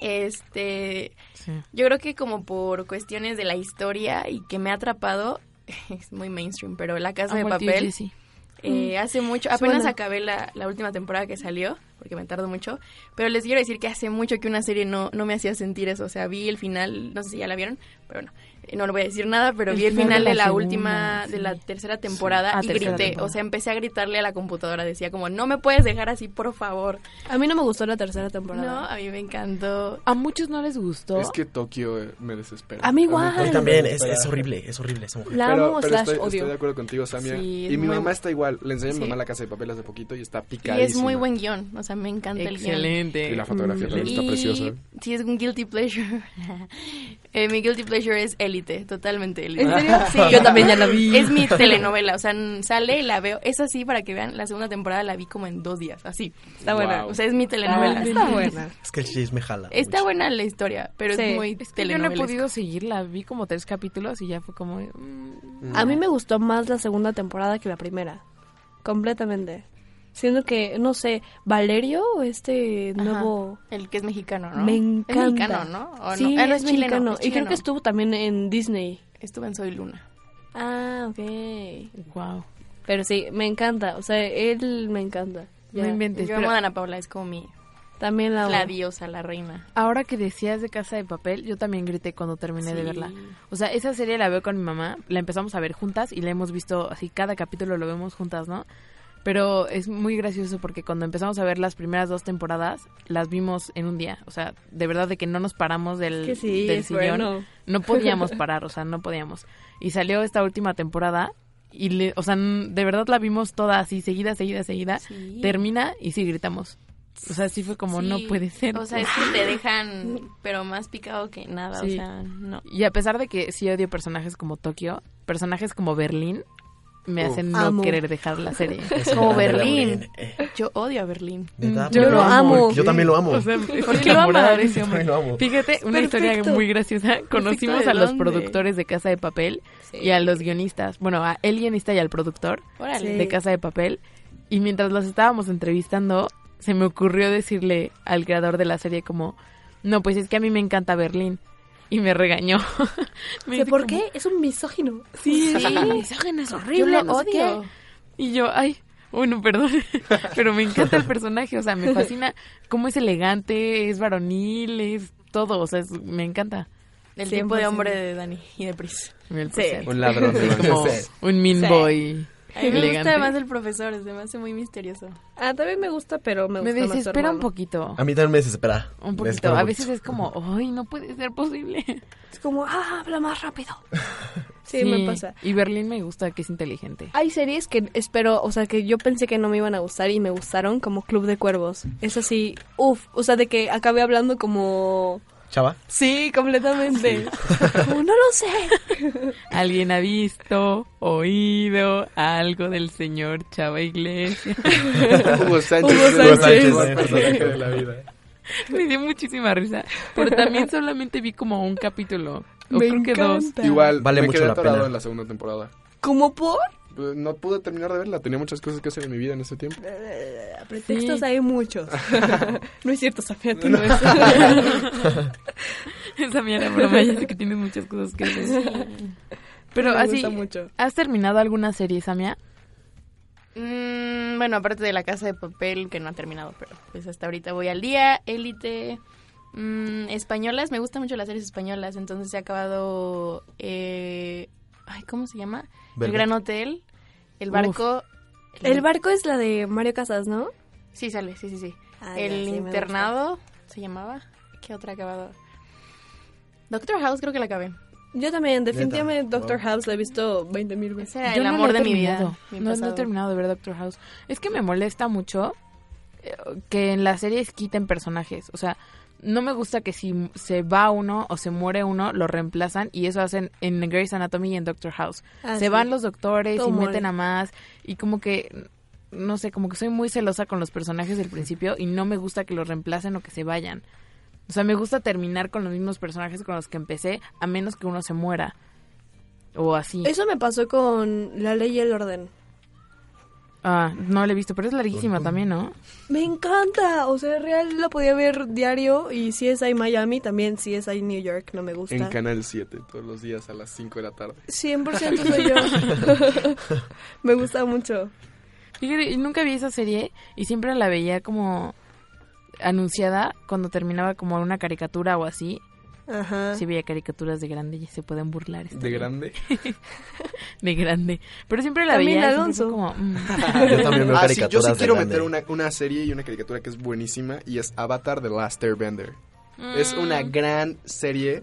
S3: este...
S2: Sí.
S3: Yo creo que como por cuestiones de la historia y que me ha atrapado, es muy mainstream, pero La Casa de
S2: Amo el tío
S3: Papel.
S2: Jesse. Mm.
S3: Eh, hace mucho, apenas
S7: Suena.
S3: acabé la, la última temporada que salió, porque me tardo mucho, pero les quiero decir que hace mucho que una serie no, no me hacía sentir eso, o sea, vi el final, no sé si ya la vieron, pero no, eh, no le voy a decir nada, pero
S2: El
S3: vi el
S2: final de
S3: final
S2: la
S3: de la,
S2: segunda,
S3: última,
S2: sí.
S3: de la tercera temporada
S2: Ah,
S3: y
S2: tercera
S3: grité,
S2: temporada.
S3: o sea, empecé a gritarle a la computadora, decía como, no me puedes dejar así, por favor.
S7: A mí no me gustó la tercera
S3: No,
S7: temporada.
S3: a mí me encantó.
S2: A muchos no les gustó.
S4: Es que Tokio eh, me desespera.
S7: A mí igual.
S5: Él también, es, es horrible, es horrible esa mujer.
S7: La
S4: pero,
S7: amo
S4: pero
S7: slash
S4: estoy,
S7: odio.
S4: estoy de acuerdo contigo, Samia.
S3: Sí, es
S4: y mi
S3: muy-
S4: mamá está igual. Le enseñé a mi
S3: Sí.
S4: mamá la casa de papel hace poquito y está
S3: Y
S4: picadísima.
S3: es muy buen guión, o sea, me encanta el guión.
S4: Y la
S2: Mm,
S4: fotografía también está
S3: Y
S4: preciosa.
S3: Sí, es un guilty pleasure. Eh, mi guilty pleasure es élite, totalmente élite.
S7: ¿En serio?
S3: Sí.
S7: Yo también ya la vi.
S3: Es mi telenovela, o sea, n- sale y la veo. Es así para que vean, la segunda temporada la vi como en dos días, así.
S7: Está buena.
S3: O sea, es mi telenovela.
S7: Ah, está buena.
S5: Es que el chisme jala.
S3: Está
S5: mucho.
S3: buena la historia, pero
S7: Sí.
S3: es muy
S2: Es que yo no he
S3: telenovela.
S2: podido seguirla. Vi como tres capítulos y ya fue como. mm,
S7: A mí me gustó más la segunda temporada que la primera. Completamente. Siendo que, no sé, Valerio, este nuevo...
S3: El que es mexicano, ¿no?
S7: Me encanta.
S3: Es mexicano, ¿no? ¿O no?
S7: Sí,
S3: Ah, no,
S7: es,
S3: chileno,
S7: mexicano.
S3: es
S7: Y creo
S3: chileno.
S7: que estuvo también en Disney.
S3: Estuve en Soy Luna.
S7: Ah, ok.
S2: wow.
S7: Pero sí, me encanta. O sea, él me encanta. Ya.
S2: No inventes.
S3: Yo
S2: pero
S3: amo a Ana Paula, es como mi...
S7: Ah, También la amo.
S3: La diosa, la reina.
S2: ahora que decías de Casa de Papel, yo también grité cuando terminé de
S3: Sí.
S2: verla. O sea, esa serie la veo con mi mamá. La empezamos a ver juntas y la hemos visto así. Cada capítulo lo vemos juntas, ¿no? Pero es muy gracioso porque cuando empezamos a ver las primeras dos temporadas, las vimos en un día. O sea, de verdad de que no nos paramos del,
S7: que sí,
S2: del
S7: es
S2: sillón.
S7: bueno.
S2: No podíamos parar, o sea, no podíamos. Y salió esta última temporada y, le, o sea, n- de verdad la vimos toda así, seguida, seguida, seguida.
S3: Sí.
S2: Termina y sí gritamos. O sea, sí fue como,
S3: Sí,
S2: no puede ser. pues.
S3: O sea, es que te dejan, pero más picado que nada,
S2: Sí.
S3: o sea, no.
S2: Y a pesar de que sí odio personajes como Tokio, personajes como Berlín me
S4: Uf.
S2: hacen no
S7: Amo.
S2: querer dejar la serie.
S5: Ese
S3: Como
S5: grande
S3: Berlín.
S5: Berlín, eh.
S3: Yo odio a Berlín.
S5: Neta,
S2: Yo
S5: pero
S2: lo
S7: amo.
S5: Yo también lo amo.
S2: O sea, estoy
S3: qué lo
S2: enamorada
S3: amas?
S2: de ese
S5: Yo
S2: hombre.
S5: también lo amo.
S2: Fíjate, una historia
S3: Perfecto.
S2: muy graciosa. Conocimos
S3: ¿de
S2: a los
S3: dónde?
S2: productores de Casa de Papel y a los guionistas. Bueno, a el guionista y al productor.
S3: Órale.
S2: de Casa de Papel y mientras los estábamos entrevistando se me ocurrió decirle al creador de la serie como no pues es que a mí me encanta Berlín y me regañó Me
S7: ¿Que
S2: dice
S7: ¿Por
S2: como,
S7: qué? Es un misógino.
S2: sí, misógino es horrible
S3: Yo lo
S2: no sé
S3: odio.
S2: qué". y yo ay bueno perdón pero me encanta el personaje o sea me fascina cómo es elegante es varonil es todo o sea es- me encanta
S3: El tipo
S7: 100%.
S3: de hombre de Dani y de Pris.
S2: el
S3: Sí.
S2: personaje.
S4: Un ladrón de bancos.
S2: como un mean
S3: Sí.
S2: boy
S3: A mí me
S2: elegante.
S3: gusta además el profesor, se me hace muy misterioso.
S7: Ah, también me gusta, pero me
S2: me
S7: gusta más su
S2: desespera un
S7: hermano.
S2: poquito
S5: A mí también me desespera.
S2: Un
S5: Me desespera
S2: poquito. A veces es como, ay, no puede ser posible.
S7: Es como, ah, habla más rápido. Sí, me pasa.
S2: Y Berlín me gusta, que es inteligente.
S7: Hay series que espero, o sea, que yo pensé que no me iban a gustar y me gustaron, como Club de Cuervos. Es así, uff, o sea, de que acabé hablando como...
S5: Chava.
S7: Sí, completamente. Como, no lo sé.
S2: Alguien ha visto, oído algo del señor Chava Iglesias.
S4: Hugo Sánchez.
S7: Hugo
S4: es el
S7: Sánchez.
S4: mejor personaje de la vida. ¿eh?
S2: me dio muchísima risa. Pero también solamente vi como un capítulo. O
S7: me
S2: creo que dos.
S7: encanta.
S4: Igual,
S5: Vale
S4: me
S5: mucho
S4: quedé
S5: la
S4: atorado
S5: pena.
S4: en la segunda temporada.
S7: ¿Cómo por?
S4: Eh, No pude terminar de verla, tenía muchas cosas que hacer en mi vida en ese tiempo.
S7: eh, Pretextos
S2: Sí.
S7: hay muchos. no es cierto, Sofía, tú no, es.
S2: Esa mierda broma, ya sé que tienes muchas cosas que decir. Pero
S7: Me
S2: así,
S7: gusta mucho.
S2: ¿has terminado alguna serie, Samia?
S3: Mm, bueno, aparte de la casa de papel que no ha terminado, pero pues hasta ahorita voy al día. Élite. mm, españolas, me gustan mucho las series españolas, entonces se ha acabado. eh, ay, ¿cómo se llama? El
S5: Velvet.
S3: Gran Hotel, El
S2: Uf.
S3: Barco.
S7: El barco es la de Mario Casas, ¿no?
S3: Sí, sale, sí, sí, sí.
S7: Ah, ya,
S3: el
S7: sí, me gusta.
S3: internado, ¿se llamaba? ¿Qué otra ha acabado? Doctor House creo que la acabé.
S7: Yo también, definitivamente
S5: Neta, wow.
S7: Doctor House la he visto 20 mil veces.
S3: Ese era
S2: Yo
S3: el
S2: no
S3: amor
S2: la he
S3: de mi vida.
S2: terminado.
S3: mi
S2: No, no he
S3: pasado.
S2: terminado de ver Doctor House. Es que me molesta mucho eh, que en las series quiten personajes. O sea, no me gusta que si se va uno o se muere uno, lo reemplazan y eso hacen en Grey's Anatomy y en Doctor House.
S7: Ah,
S2: se
S7: sí.
S2: van los doctores
S7: Todo
S2: y
S7: muere.
S2: meten a más y como que no sé, como que soy muy celosa con los personajes del principio y no me gusta que los reemplacen o que se vayan. O sea, me gusta terminar con los mismos personajes con los que empecé, a menos que uno se muera. O así.
S7: Eso me pasó con La Ley y el Orden.
S2: Ah, no la he visto, pero es larguísima también, ¿no?
S7: Me encanta, o sea, real la podía ver diario y si es ahí Miami también, si es ahí New York, no me gusta.
S4: En Canal 7, todos los días a las 5 de la tarde.
S7: 100% soy yo. me gusta mucho.
S2: Fíjate, y nunca vi esa serie y siempre la veía como anunciada cuando terminaba como una caricatura o así.
S7: Ajá.
S2: Sí veía caricaturas de grande y se pueden burlar. está
S4: De
S2: bien.
S4: grande.
S2: De grande. Pero siempre la
S7: También
S2: veía. y
S7: Alonso.
S2: siempre fue como, mm.
S5: Yo también veo
S4: Ah, sí, yo
S5: caricaturas
S4: sí
S5: de
S4: quiero
S5: grande.
S4: meter una, una serie y una caricatura que es buenísima y es Avatar The Last Airbender. Es una
S5: Mm.
S4: gran serie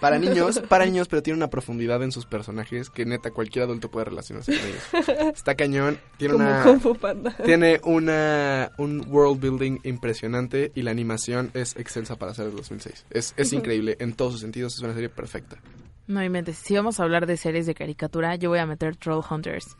S4: para niños, para niños, pero tiene una profundidad en sus personajes que neta cualquier adulto puede relacionarse con ellos. Está cañón, tiene
S7: Como
S4: una...
S7: Kung Fu Panda.
S4: Tiene una, un world building impresionante y la animación es excelsa para hacer el 2006. Es, es increíble en todos sus sentidos, es una serie perfecta.
S2: No inventes. Si vamos a hablar de series de caricatura, yo voy a meter Troll Hunters.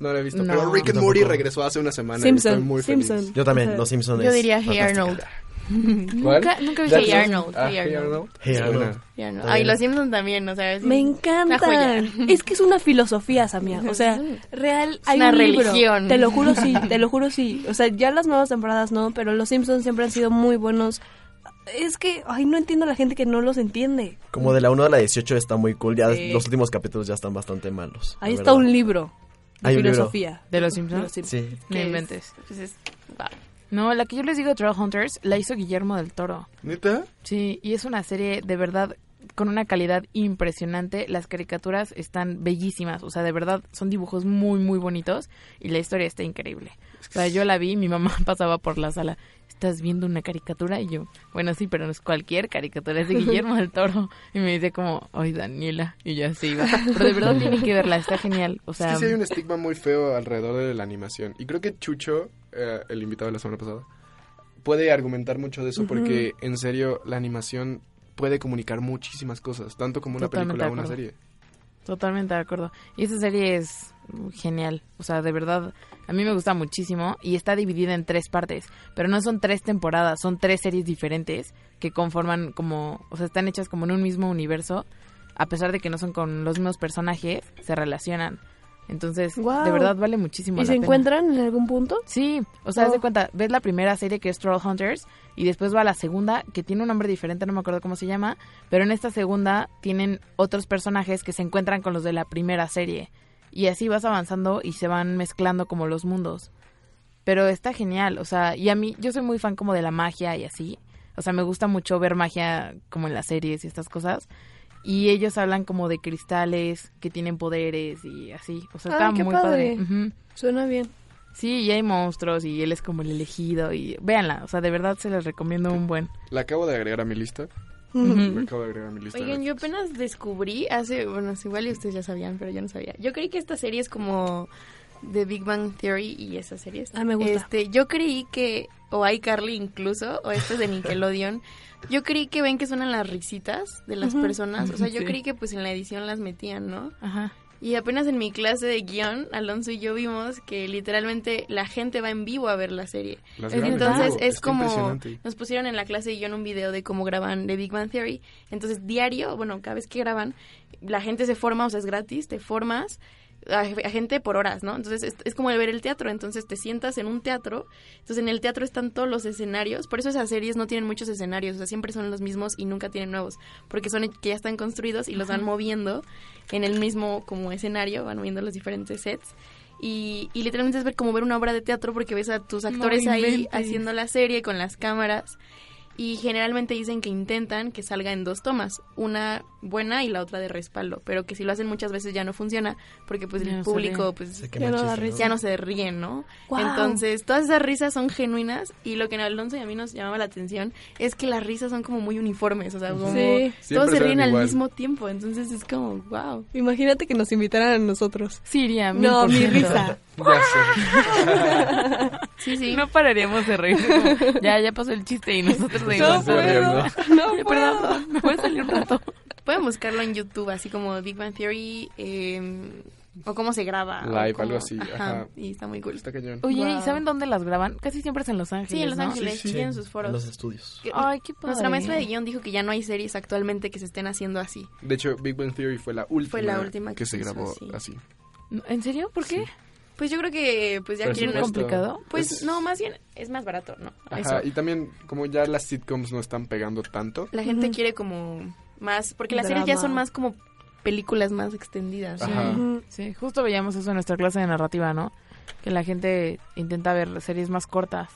S4: No la he visto,
S2: No.
S4: pero Rick
S5: Yo
S4: and Morty
S5: tampoco.
S4: regresó hace una semana y estoy
S7: Simpson,
S4: muy feliz.
S7: Simpson.
S5: Yo
S7: O sea,
S5: también, Los Simpsons.
S3: Yo
S5: es
S3: diría Hey
S5: fantástica.
S3: Arnold.
S4: ¿Cuál?
S2: Nunca, nunca vi
S3: Hey
S2: Troll-
S3: Arnold.
S4: Ah,
S3: Hey
S4: Hey
S3: Arnold.
S5: Hey
S4: Es
S5: Arnold.
S4: buena.
S3: Hey Arnold. Ay, los Simpsons también, o sea. es-
S7: Me
S3: Una
S7: encanta.
S3: joya.
S7: Es que es una filosofía, Samia. O sea, real hay
S3: una
S7: un libro.
S3: religión.
S7: Te lo juro sí, te lo juro sí. O sea, ya las nuevas temporadas no, pero los Simpsons siempre han sido muy buenos. Es que, ay, no entiendo a la gente que no los entiende.
S5: Como de la 1 a la 18 está muy cool. Ya
S7: Sí.
S5: los últimos capítulos ya están bastante malos.
S7: Ahí
S5: la
S7: está
S5: verdad.
S7: un libro de
S5: Hay un libro.
S7: filosofía.
S2: ¿De los
S7: De
S2: Simpsons?
S7: los Simpsons.
S5: Sí.
S2: No
S3: ¿Qué es?
S2: inventes.
S3: Pues es- wow.
S2: No, la que yo les digo Troll Hunters la hizo Guillermo del Toro.
S4: ¿Neta?
S2: Sí, y es una serie de verdad con una calidad impresionante. Las caricaturas están bellísimas, o sea, de verdad son dibujos muy, muy bonitos y la historia está increíble. O sea, yo la vi, mi mamá pasaba por la sala, ¿estás viendo una caricatura? Y yo, bueno, sí, pero no es cualquier caricatura, es de Guillermo del Toro. Y me dice como, ay, Daniela, y ya se iba. Pero de verdad tienen que verla, está genial. O sea,
S4: Es que sí hay un estigma muy feo alrededor de la animación. Y creo que Chucho, eh, el invitado de la semana pasada, puede argumentar mucho de eso porque, en serio, la animación puede comunicar muchísimas cosas, tanto como una
S2: Totalmente
S4: película
S2: de
S4: o una
S2: acuerdo.
S4: serie.
S2: Totalmente de acuerdo. Y esa serie es mm, genial. O sea, de verdad, a mí me gusta muchísimo y está dividida en tres partes. Pero no son tres temporadas, son tres series diferentes que conforman como, o sea, están hechas como en un mismo universo. A pesar de que no son con los mismos personajes, se relacionan. Entonces,
S7: Guau.
S2: de verdad vale muchísimo.
S7: ¿Y
S2: la
S7: se
S2: pena.
S7: encuentran en algún punto?
S2: Sí, o sea,
S7: Oh.
S2: haz de cuenta, ves la primera serie que es Trollhunters y después va la segunda que tiene un nombre diferente, no me acuerdo cómo se llama, pero en esta segunda tienen otros personajes que se encuentran con los de la primera serie y así vas avanzando y se van mezclando como los mundos. Pero está genial, o sea, y a mí yo soy muy fan como de la magia y así, o sea, me gusta mucho ver magia como en las series y estas cosas. Y ellos hablan como de cristales que tienen poderes y así. O sea,
S7: Ay,
S2: está
S7: qué
S2: muy padre.
S7: padre.
S2: Ujú.
S7: Suena bien.
S2: Sí, y hay monstruos y él es como el elegido y véanla, o sea, de verdad se les recomiendo un buen.
S4: La acabo de agregar a mi lista.
S2: Ujú.
S4: La acabo de agregar a mi lista. de
S3: Oigan, yo
S4: Netflix.
S3: apenas descubrí hace, bueno, igual y ustedes ya sabían, pero yo no sabía. Yo creí que esta serie es como The Big Bang Theory y esas series.
S7: Ah, me gusta.
S3: Este, yo creí que, o iCarly incluso, o esto es de Nickelodeon, yo creí que ven que suenan las risitas de las
S7: Ujú.
S3: personas. O sea, yo
S2: Sí.
S3: creí que pues en la edición las metían, ¿no?
S2: Ajá.
S3: Y apenas en mi clase de guión, Alonso y yo vimos que literalmente la gente va en vivo a ver la serie.
S4: Las graban en
S3: Entonces
S4: vivo,
S3: es
S4: está
S3: como
S4: impresionante.
S3: nos pusieron en la clase y yo en un video de cómo graban de Big Bang Theory. Entonces diario, bueno, cada vez que graban, la gente se forma, o sea, es gratis, te formas a, a gente por horas, ¿no? Entonces es, es como el ver el teatro, entonces te sientas en un teatro, entonces en el teatro están todos los escenarios, por eso esas series no tienen muchos escenarios, o sea, siempre son los mismos y nunca tienen nuevos, porque son que ya están construidos y los van moviendo en el mismo como escenario, van moviendo los diferentes sets. Y, y literalmente es ver como ver una obra de teatro porque ves a tus actores ahí
S2: inventes.
S3: haciendo la serie con las cámaras y generalmente dicen que intentan que salga en dos tomas, una buena y la otra de respaldo, pero que si lo hacen muchas veces ya no funciona porque pues
S2: Ya
S3: el
S2: no se
S3: público
S2: ve.
S3: pues
S5: Se quema
S7: Ya no
S5: el
S7: da
S5: chiste,
S7: risa.
S3: ya no se ríen, ¿no?
S7: Guau.
S3: Entonces, todas esas risas son genuinas y lo que a Alonso y a mí nos llamaba la atención es que las risas son como muy uniformes, o sea, como
S7: Sí.
S3: todos
S4: Siempre
S3: se ríen
S4: suenan
S3: al
S4: igual.
S3: mismo tiempo, entonces es como, wow.
S7: Imagínate que nos invitaran a nosotros.
S2: Siria,
S7: No, mi risa.
S3: Sí, sí.
S2: No pararíamos de reír. como, Ya, ya pasó el chiste y nosotros
S7: No
S2: seguimos.
S7: puedo.
S4: riendo.
S2: Perdón,
S7: No puedo.
S2: me voy a salir un rato.
S3: Pueden buscarlo en YouTube, así como Big Bang Theory eh, o cómo se graba. o
S4: Live,
S3: cómo-
S4: algo así, ajá.
S3: Y está muy cool.
S4: Está cañón.
S2: Oye, ¿y
S3: Wow.
S2: saben dónde las graban? Casi siempre es en Los Ángeles,
S3: Sí, en Los
S2: ¿no?
S3: Ángeles,
S4: Sí, sí.
S3: tienen
S5: En
S3: sus
S5: los
S3: foros.
S5: estudios.
S2: Ay, qué padre.
S3: Nuestra maestra de guión dijo que ya no hay series actualmente que se estén haciendo así.
S4: De hecho, Big Bang Theory fue la última,
S3: Fue la última
S4: que
S3: que
S4: se
S3: hizo
S4: grabó
S3: así.
S4: así.
S2: ¿En serio? ¿Por qué?
S3: Pues yo creo que pues ya quieren...
S4: Presupuesto.
S2: complicado?
S3: Pues
S4: Es-
S3: no, más bien es más barato, ¿no? Eso.
S4: Ajá, y también como ya las sitcoms no están pegando tanto.
S3: La gente quiere como más, porque las series ya son más como películas más extendidas.
S4: Ajá.
S2: Sí, justo veíamos eso en nuestra clase de narrativa, ¿no? Que la gente intenta ver series más cortas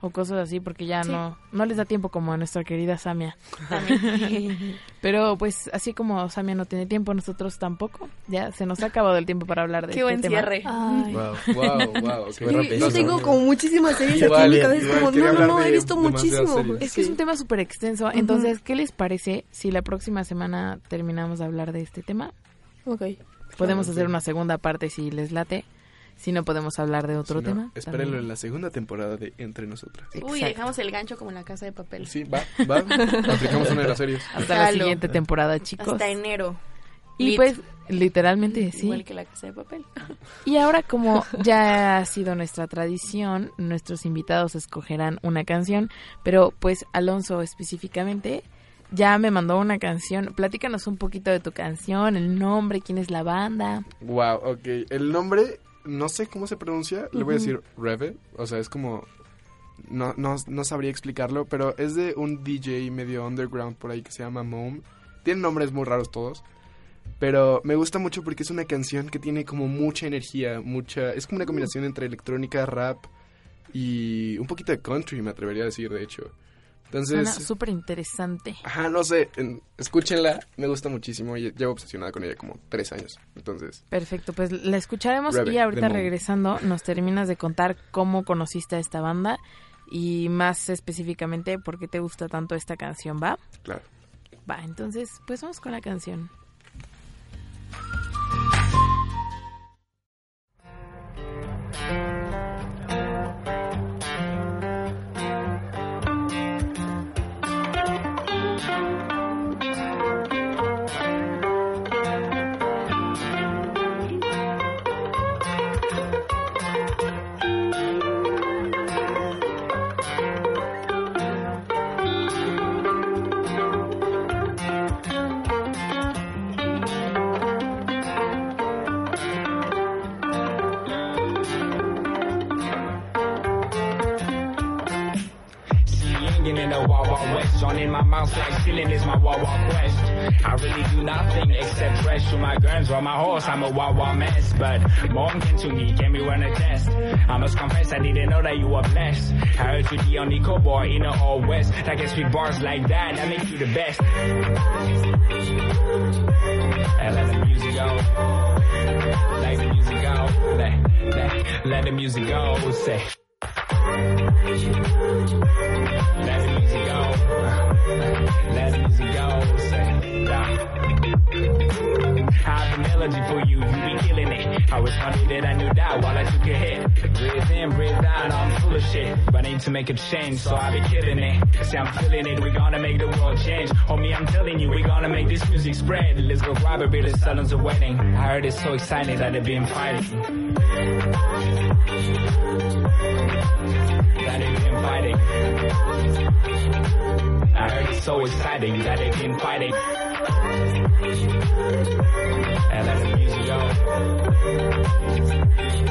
S2: o cosas así porque ya
S3: Sí.
S2: no no les da tiempo como a nuestra querida Samia.
S3: También.
S2: Pero pues así como Samia no tiene tiempo, nosotros tampoco. Ya se nos ha acabado el tiempo para hablar de
S3: Qué
S2: este
S3: buen
S2: tema.
S3: cierre.
S7: Ay.
S5: Wow.
S4: Wow, wow.
S5: Yo- yo
S7: Yo
S5: Eso.
S4: eh,
S7: tengo como muchísimas series aquí en
S5: Igual,
S7: mi cabeza.
S4: igual,
S7: como,
S4: quería
S7: no, no,
S4: hablar
S7: no,
S4: de
S7: he visto
S4: demasiadas
S7: muchísimo.
S4: series.
S7: güey.
S2: Es que es un tema súper extenso. Entonces, ¿qué les parece si la próxima semana terminamos de hablar de este tema?
S7: Ok.
S2: Podemos hacer una segunda parte si les late. Si no, podemos hablar de otro tema.
S4: Espérenlo
S2: también.
S4: en la segunda temporada de Entre Nosotras.
S3: Uy,
S2: Exacto.
S3: dejamos el gancho como en la casa de papel.
S4: Sí, va, va. Aplicamos una de las series.
S2: Hasta la
S3: Jalo.
S2: siguiente temporada, chicos.
S3: Hasta enero.
S2: Y
S3: Lit.
S2: pues, literalmente, sí.
S3: Igual que la casa de papel.
S2: Y ahora, como ya ha sido nuestra tradición, nuestros invitados escogerán una canción. Pero, pues, Alonso específicamente ya me mandó una canción. Platícanos un poquito de tu canción, el nombre, quién es la banda.
S4: Wow, ok. El nombre, no sé cómo se pronuncia. Le voy a decir Reve. O sea, es como. No, no, no sabría explicarlo, pero es de un DJ medio underground por ahí que se llama Mom. Tienen nombres muy raros todos. Pero me gusta mucho porque es una canción que tiene como mucha energía, mucha. Es como una combinación entre electrónica, rap y un poquito de country, me atrevería a decir, de hecho.
S2: Suena
S4: Entonces.
S2: súper interesante.
S4: Ajá, no sé. en- escúchenla, me gusta muchísimo y llevo obsesionada con ella como tres años. Entonces.
S2: Perfecto, pues la escucharemos
S4: Rabbit,
S2: y ahorita
S4: de Moe.
S2: regresando nos terminas de contar cómo conociste a esta banda y más específicamente por qué te gusta tanto esta canción, ¿va?
S4: Claro.
S2: Va, entonces pues vamos con la canción.
S8: She hanging in the Wawa West. John in my mouth like ceiling is my Wawa Quest. I really do nothing except dress to my guns or my horse. I'm a Wawa mess, but mom came to me, gave me one a test. I must confess, I didn't know that you were blessed. I heard you the only cowboy in the whole West. That can speak bars like that, that makes you the best. And let the music go. Let the music go. Let, let, let the music go. Say. Let the music go. Let the music go. Say, nah. I have a melody for you, you be killing it. I was funny that I knew that while I took a hit. Breathe in, breathe out, I'm full of shit. But I need to make a change, so I be killing it. See, I'm feeling it, we gonna make the world change. Homie, I'm telling you, we gonna make this music spread. Let's go grab a beer, the salon's a wedding. I heard it's so exciting that they've been fighting. That they've been fighting. I heard it's so exciting that they've been fighting. And let the music go.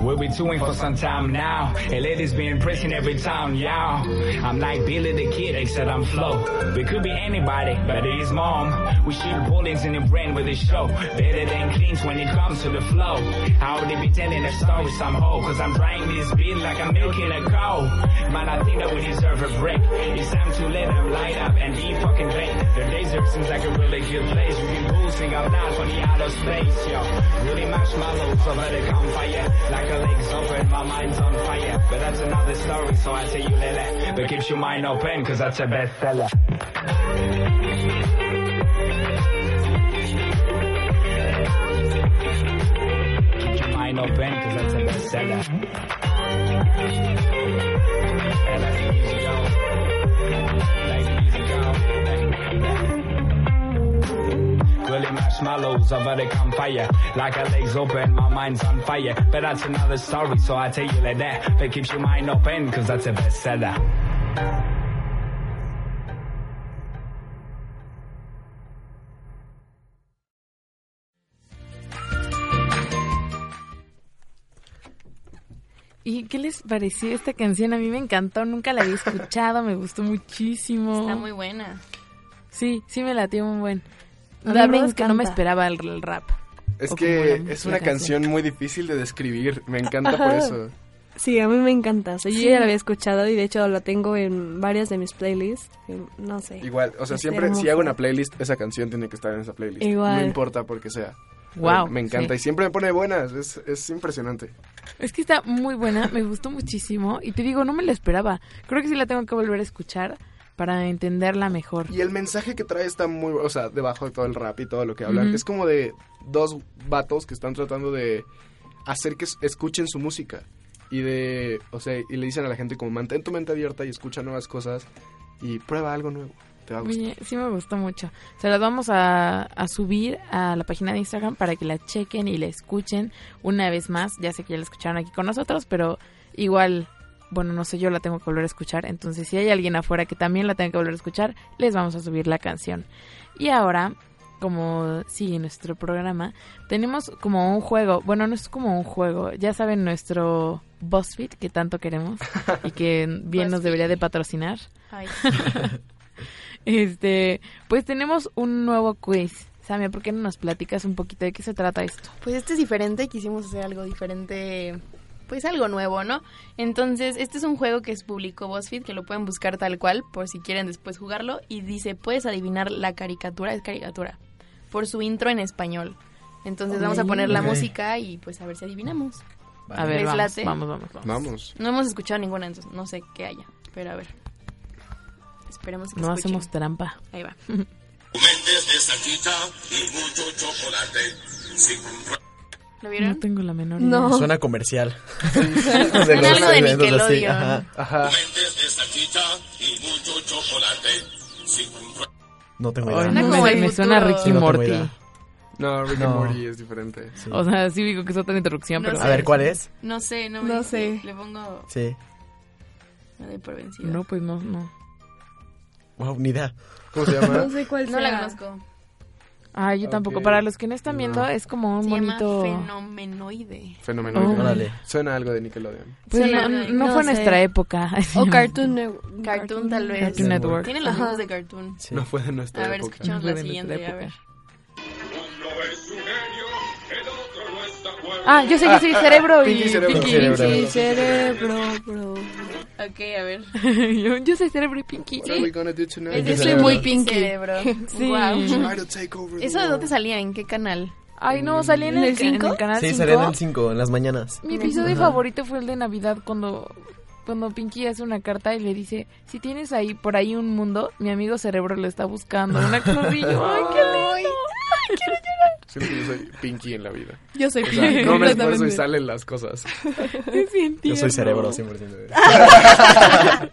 S8: We'll be touring for some time now. And ladies be impressing every town, y'all. I'm like Billy the Kid, except I'm flow. We could be anybody, but it is mom. We shoot bullets in the brain with the show. Better than cleans when it comes to the flow. How they be telling a story some hoe? Cause I'm drying this beat like I'm milking a cow. Man, I think that we deserve a break. It's time to let them light up and be fucking late. The laser seems like a really good place. We can cool sing out loud for the outer space, yo. Really marshmallows over the campfire. Like a lake's open, my mind's on fire. But that's another story, so I say you let it. But keep your mind open, cause that's a bestseller. Keep your mind open, cause that's a bestseller. And let the music go. Let the music go. Let- let- Grilling marshmallows over the campfire. Like a legs open, my mind's on fire. But that's another story, so I tell you like that. But keeps your mind open, cause that's a bestseller.
S2: ¿Y qué les pareció esta canción? A mí me encantó, nunca la había escuchado, me gustó muchísimo.
S3: Está muy buena.
S2: Sí, sí me latió un buen.
S3: A
S2: La
S3: mí me
S2: verdad es que no me
S3: encanta.
S2: esperaba el, el rap.
S4: Es
S2: O
S4: que
S2: como la-
S4: es
S2: la
S4: una canción muy difícil de describir. Me encanta por
S7: Ajá.
S4: eso.
S7: Sí, a mí me encanta. O sea, yo
S2: Sí.
S7: ya la había escuchado y de hecho la tengo en varias de mis playlists. No sé.
S4: Igual, o sea,
S7: Es
S4: siempre si
S7: hermosa.
S4: hago una playlist, esa canción tiene que estar en esa playlist.
S7: Igual.
S4: No importa por qué sea. Pero
S2: Guau,
S4: eh, Me
S2: sí.
S4: encanta y siempre me pone buenas. Es, es impresionante.
S2: Es que está muy buena, me gustó muchísimo y te digo, no me la esperaba. Creo que sí la tengo que volver a escuchar para entenderla mejor.
S4: Y el mensaje que trae está muy, o sea, debajo de todo el rap y todo lo que hablan.
S2: Ujú.
S4: Es como de dos vatos que están tratando de hacer que es- escuchen su música. Y de, o sea, y le dicen a la gente como mantén tu mente abierta y escucha nuevas cosas y prueba algo nuevo. Te va a gustar.
S2: Oye, sí me gustó mucho. Se las vamos a, a subir a la página de Instagram para que la chequen y la escuchen una vez más. Ya sé que ya la escucharon aquí con nosotros, pero igual, bueno, no sé, yo la tengo que volver a escuchar. Entonces, si hay alguien afuera que también la tenga que volver a escuchar, les vamos a subir la canción. Y ahora, como sigue nuestro programa, tenemos como un juego. Bueno, no es como un juego. Ya saben nuestro BuzzFeed que tanto queremos y que bien nos debería de patrocinar.
S3: Ay,
S2: Este, pues tenemos un nuevo quiz. Samia, ¿por qué no nos platicas un poquito de qué se trata esto?
S3: Pues este es diferente, quisimos hacer algo diferente, pues algo nuevo, ¿no? Entonces, este es un juego que es publicó BuzzFeed, que lo pueden buscar tal cual, por si quieren después jugarlo, y dice, puedes adivinar la caricatura, es caricatura, por su intro en español. Entonces vamos a poner la
S5: Ok.
S3: música y pues a ver si adivinamos.
S2: a ver,
S3: ¿Les
S2: vamos,
S3: late?
S2: vamos, vamos, vamos.
S4: Vamos.
S3: No hemos escuchado ninguna, entonces no sé qué haya, pero a ver. Esperemos que
S2: No
S3: escuchen.
S2: hacemos trampa.
S3: Ahí va. ¿Lo
S2: No
S3: vieron?
S2: tengo la menor idea.
S7: No.
S5: Suena comercial.
S3: Suena
S5: los
S3: algo de
S5: eventos, así,
S3: Nickelodeon.
S5: ajá.
S4: Ajá.
S5: Oh, No tengo idea.
S2: Ay,
S3: Suena
S2: no,
S3: como
S2: me,
S3: el
S2: me suena
S3: futuro.
S2: Ricky
S5: Sí, no tengo
S2: Morty.
S5: idea.
S4: No, Rick and
S5: No.
S4: Morty es diferente.
S5: Sí.
S2: O sea, sí digo que es otra introducción,
S3: No
S2: pero...
S3: sé.
S5: A ver, ¿cuál es?
S3: No sé, no me
S7: No
S3: dice.
S7: sé.
S3: Le pongo...
S5: Sí.
S3: Me doy por vencida.
S2: No, pues no, no.
S5: Wow, ni idea.
S4: ¿Cómo se llama?
S7: No sé cuál
S3: No la
S7: sea.
S3: conozco.
S2: Ah, yo tampoco.
S4: Ok.
S2: Para los que no están viendo,
S4: No.
S2: es como un
S3: Se
S2: bonito...
S3: llama Fenomenoide.
S4: Fenomenal.
S2: Oh.
S5: Órale.
S4: Suena algo de Nickelodeon.
S2: Pues
S3: Sí,
S2: no,
S3: no,
S2: no
S7: no
S2: fue
S7: sé.
S2: nuestra época.
S7: O Cartoon Network.
S3: Cartoon tal vez.
S2: Cartoon Network.
S3: Tiene los ojos de Cartoon.
S5: Sí.
S4: No fue de nuestra
S3: A ver,
S4: época.
S3: escuchamos
S2: Fue
S3: la
S2: de nuestra
S3: siguiente, a ver.
S2: época. Ah, yo sé, yo soy cerebro y...
S4: Pinky Cerebro.
S2: Pinky.
S4: Cerebro.
S7: Sí, cerebro, bro.
S3: Ok, a ver.
S2: yo, yo soy cerebro y Pinky.
S4: What are we gonna do tonight?
S3: Es que soy
S5: cerebro.
S3: muy pinky. Cerebro.
S2: Sí.
S3: Wow.
S4: Try to take over the
S3: ¿Eso de
S4: world.
S3: dónde salía? ¿En qué canal?
S2: Ay, no, salí en,
S7: ¿En
S2: el,
S7: el cinco?
S2: en el canal
S5: Sí,
S2: 5.
S5: salían en el 5, en las mañanas.
S2: Mi episodio favorito fue el de Navidad cuando cuando Pinky hace una carta y le dice, "Si tienes ahí por ahí un mundo, mi amigo cerebro lo está buscando." Una cosa así, yo, Ay, qué lindo.
S4: Siento que yo soy pinky en la vida.
S7: Yo soy
S4: O sea, no me esfuerzo y
S7: completamente.
S4: salen las cosas.
S2: Es bien
S5: Yo soy
S2: tierno.
S5: cerebro, 100%.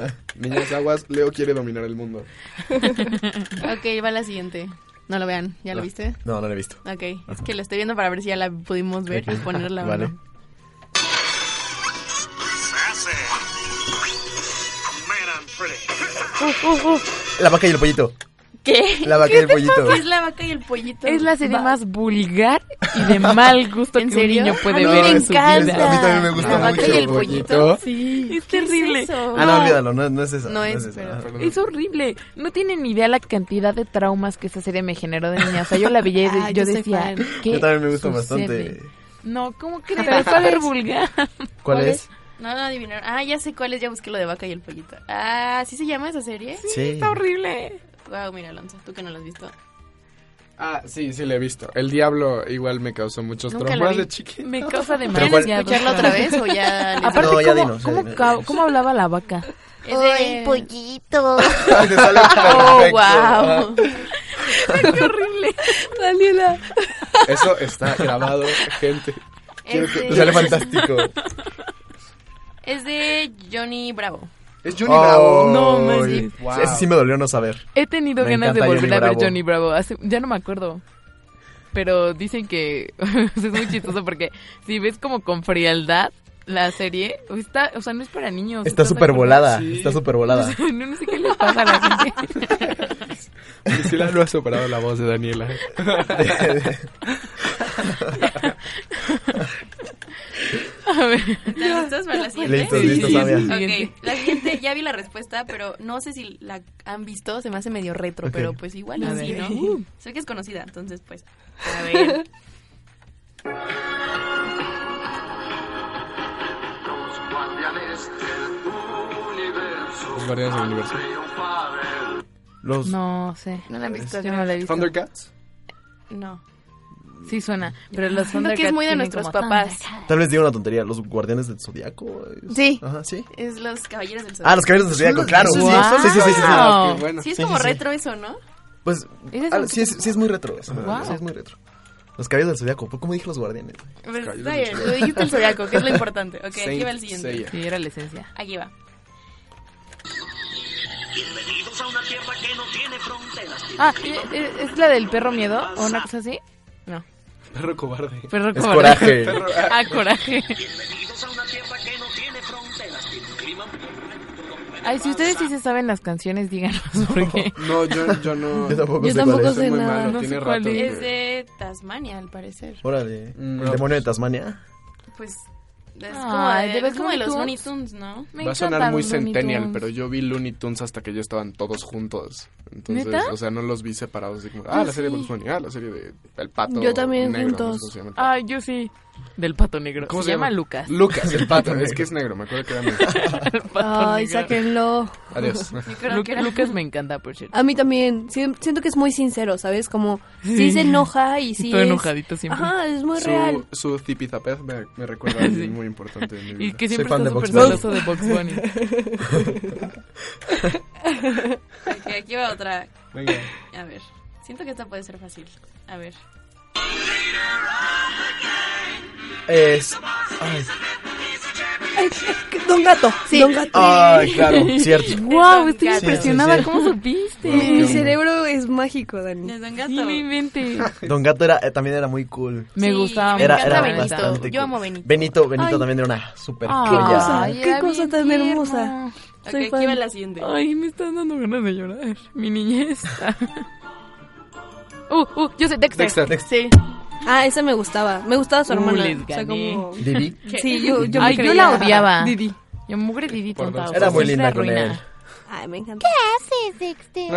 S4: Niñas aguas, Leo quiere dominar el mundo.
S3: Ok, va la siguiente. No lo vean. ¿Ya lo viste?
S5: No, no lo he visto.
S3: Ok. Es que lo estoy viendo para ver si ya la pudimos ver y ponerla. o no.
S5: Vale. La vaca y el pollito.
S3: ¿Qué?
S5: La vaca y el pollito.
S3: ¿Qué es la vaca y el pollito?
S2: Es la serie
S3: Va.
S2: más vulgar y de mal gusto que
S3: ¿En
S2: un
S3: serio?
S2: niño puede
S3: A mí
S2: ver
S3: me
S2: en su
S3: encanta.
S2: vida.
S5: A mí también me gusta
S3: La vaca
S5: mucho,
S3: y el pollito.
S5: pollito.
S3: Sí.
S2: Es terrible.
S3: ¿Qué es eso?
S5: Ah, no, olvídalo, no, no es esa.
S3: No es,
S5: esa.
S3: pero-
S5: Ah,
S2: Es horrible. No tienen ni idea la cantidad de traumas que esa serie me generó de niña. O sea, yo la veía y
S7: Ah,
S2: yo
S7: yo soy
S2: decía,
S7: fan.
S2: ¿qué
S5: Yo también me gusta
S2: sucede?
S5: bastante.
S2: No, ¿cómo crees? Pero vulgar.
S5: ¿Cuál es?
S3: No, no adivinaron. Ah, ya sé cuál es. Ya busqué lo de vaca y el pollito. Ah, ¿sí se llama esa serie?
S5: Sí.
S2: Está horrible.
S3: Wow, mira, Alonso, tú que no lo has visto.
S4: Ah, sí, sí, le he visto. El diablo igual me causó muchos
S3: Nunca la
S4: traumas
S3: vi.
S4: de chiquito.
S2: Me causa
S5: ¿Pero
S2: demasiado.
S5: cuál-
S3: ¿Escucharla otra vez o ya? les-
S2: Aparte,
S5: No, ya
S2: ¿cómo,
S5: dinos, ya
S2: cómo
S5: dinos.
S2: ca- cómo hablaba la vaca?
S3: Es de-
S9: pollito.
S4: Te sale
S3: Oh,
S4: perfecto.
S5: Ah,
S3: wow.
S2: ¡Qué horrible!
S7: Daniela.
S4: Eso está grabado, gente. Quiero
S3: Es
S4: que-
S5: Te sale
S3: de,
S5: fantástico.
S3: es de Johnny Bravo.
S4: Es Johnny
S5: Ay,
S4: Bravo.
S2: No, manches.
S4: Wow.
S5: Ese sí me dolió no saber.
S2: He tenido
S5: Me
S2: ganas de
S5: encanta
S2: volver
S5: Johnny
S2: a ver
S5: Bravo.
S2: Johnny Bravo. hace- ya no me acuerdo. Pero dicen que es muy chistoso porque si ves como con frialdad la serie, está, o sea, no es para niños.
S5: Está
S2: ¿estás de
S5: súper
S2: acuerdo?
S5: volada,
S4: Sí.
S5: está súper volada.
S2: No, no sé qué le pasa a la gente.
S4: Priscila no ha superado la voz de Daniela.
S3: A ver. ¿Están listos para la siguiente?
S5: Listos, listos, Samia.
S3: Ok, la siguiente, ya vi la respuesta, pero no sé si la han visto, se me hace medio retro,
S5: Ok.
S3: pero pues igual
S2: A
S3: y sí,
S2: ver.
S3: ¿no? Sé que es conocida, entonces pues, a ver.
S5: Oh.
S4: Los Guardianes del Universo.
S5: Los
S2: No sé.
S3: ¿No la han visto?
S2: Yo no la he visto.
S4: Thundercats.
S3: No.
S2: Sí suena, pero los
S3: Uno que es
S2: Thundercats
S3: muy de
S2: tienen
S3: nuestros
S2: como
S3: papás.
S5: Tal vez diga una tontería. Los guardianes del zodiaco. es-
S2: Sí.
S5: Ajá, sí.
S3: Es los caballeros del sol.
S5: Ah, los caballeros del zodiaco, claro.
S2: sí,
S5: Wow. sí, sí, sí, sí, sí.
S4: Ah,
S2: No.
S4: qué bueno.
S3: Sí es
S5: Sí,
S3: como
S5: sí, sí.
S3: retro eso, ¿no?
S5: Pues,
S2: Ese es
S5: ah,
S2: un-
S5: sí, es, sí es muy retro. eso,
S2: Wow.
S5: Sí es muy retro. Los caballeros del zodiaco. ¿Por ¿Cómo dije los guardianes?
S3: Pues,
S4: Caballeros
S3: está
S4: del
S3: bien,
S4: Zodiaco.
S3: lo dijiste el zodiaco, que es lo importante. Ok, aquí
S4: Saint
S3: va el siguiente.
S4: Seiya.
S2: Sí, era la esencia.
S3: Aquí va.
S2: Ah, eh, eh, ¿es la del perro miedo o una cosa así? No.
S4: Perro cobarde.
S2: Perro
S5: Es
S2: cobarde.
S5: coraje.
S2: Ah, coraje. Ay, si ustedes sí se saben las canciones, díganos porque
S4: No, yo, yo no.
S5: Yo tampoco
S7: Yo
S5: sé
S7: tampoco
S5: cuál es.
S7: sé.
S4: Soy muy
S7: nada,
S4: malo,
S2: no sé
S4: tiene
S2: cuál
S4: rato.
S3: Es
S4: que-
S3: de Tasmania, al parecer.
S5: Órale.
S4: Mm,
S5: el
S4: no.
S5: demonio de Tasmania.
S3: Pues
S2: Ay,
S3: es como de,
S2: Ah, ¿de
S3: es como de
S2: Looney
S3: los Looney
S2: Tunes?
S3: Tunes, ¿no?
S2: me
S4: Va a sonar
S2: encantan
S4: muy
S2: los Looney
S4: centennial,
S2: Tunes.
S4: pero yo vi Looney Tunes hasta que ya estaban todos juntos. Entonces,
S2: ¿Neta?
S4: o sea, no los vi separados. Así como, ah, la serie de Bugs Bunny, ah, la serie de El Pato.
S7: Yo también
S4: negro, no sé
S7: juntos.
S4: cómo se llama.
S2: Ay, yo sí. Del pato negro.
S4: ¿Cómo
S2: se, llama Lucas.
S4: Lucas, el Pato. es que es negro, me acuerdo que era negro.
S2: El pato
S7: Ay,
S2: negro.
S7: sáquenlo.
S4: Adiós.
S3: Creo
S2: Lu-
S3: que era-
S2: Lucas me encanta, por cierto.
S7: A mí también. Sie- Siento que es muy sincero, ¿sabes? Como, sí,
S2: Sí.
S7: se enoja y
S2: Y
S7: sí
S2: todo
S7: es...
S2: enojadito siempre.
S7: Ajá, es muy real.
S4: Su, su zipizapez me, me recuerda a alguien muy importante en mi vida.
S2: Y que
S5: Soy
S2: siempre
S5: fan
S2: está
S5: de
S2: súper
S5: Bugs Bunny.
S2: celoso de Box Bunny.
S3: Ok, aquí va otra.
S4: Venga.
S3: A ver. Siento que esta puede ser fácil. A ver.
S5: Es. Ay,
S7: Don Gato. Don Gato.
S5: ay, claro. Cierto.
S2: ¡Wow!
S3: Don
S2: Estoy
S3: Gato.
S2: impresionada.
S5: Sí, sí, sí.
S2: ¿Cómo supiste?
S4: Bueno,
S7: Mi
S4: qué
S7: cerebro es mágico, Dani.
S3: Les dan
S2: Sí,
S3: gato.
S2: no inventes.
S5: Don Gato era, eh, también era muy cool.
S2: Me
S3: Sí,
S2: gustaba
S3: me
S5: Era,
S2: mucho.
S5: era
S3: encanta Benito.
S5: bastante
S3: Yo
S5: cool.
S3: amo Benito.
S5: Benito, Benito
S7: Ay.
S5: también era una super
S2: Ay,
S5: joya.
S7: cosa, qué
S2: era
S7: cosa
S2: bien
S7: tan
S2: tierno.
S7: hermosa.
S3: Ok,
S7: Soy
S3: aquí
S7: fan.
S3: va la siguiente.
S2: Ay, me están dando ganas de llorar. Mi niñez. uh, uh, yo sé, Dexter.
S4: Dexter.
S3: Sí.
S7: Ah, esa me gustaba. Me gustaba su
S2: Uh,
S7: hermana.
S2: les
S7: o sea,
S2: gané.
S7: como...
S5: Didi.
S7: Sí, yo, yo
S2: Ay,
S7: me
S2: yo la
S7: creía
S2: odiaba.
S7: Didi.
S2: Yo mugre Didi
S4: Por
S2: tonta.
S4: dos.
S5: Era muy linda con
S2: arruina.
S5: él.
S7: Ay, me encanta.
S4: Por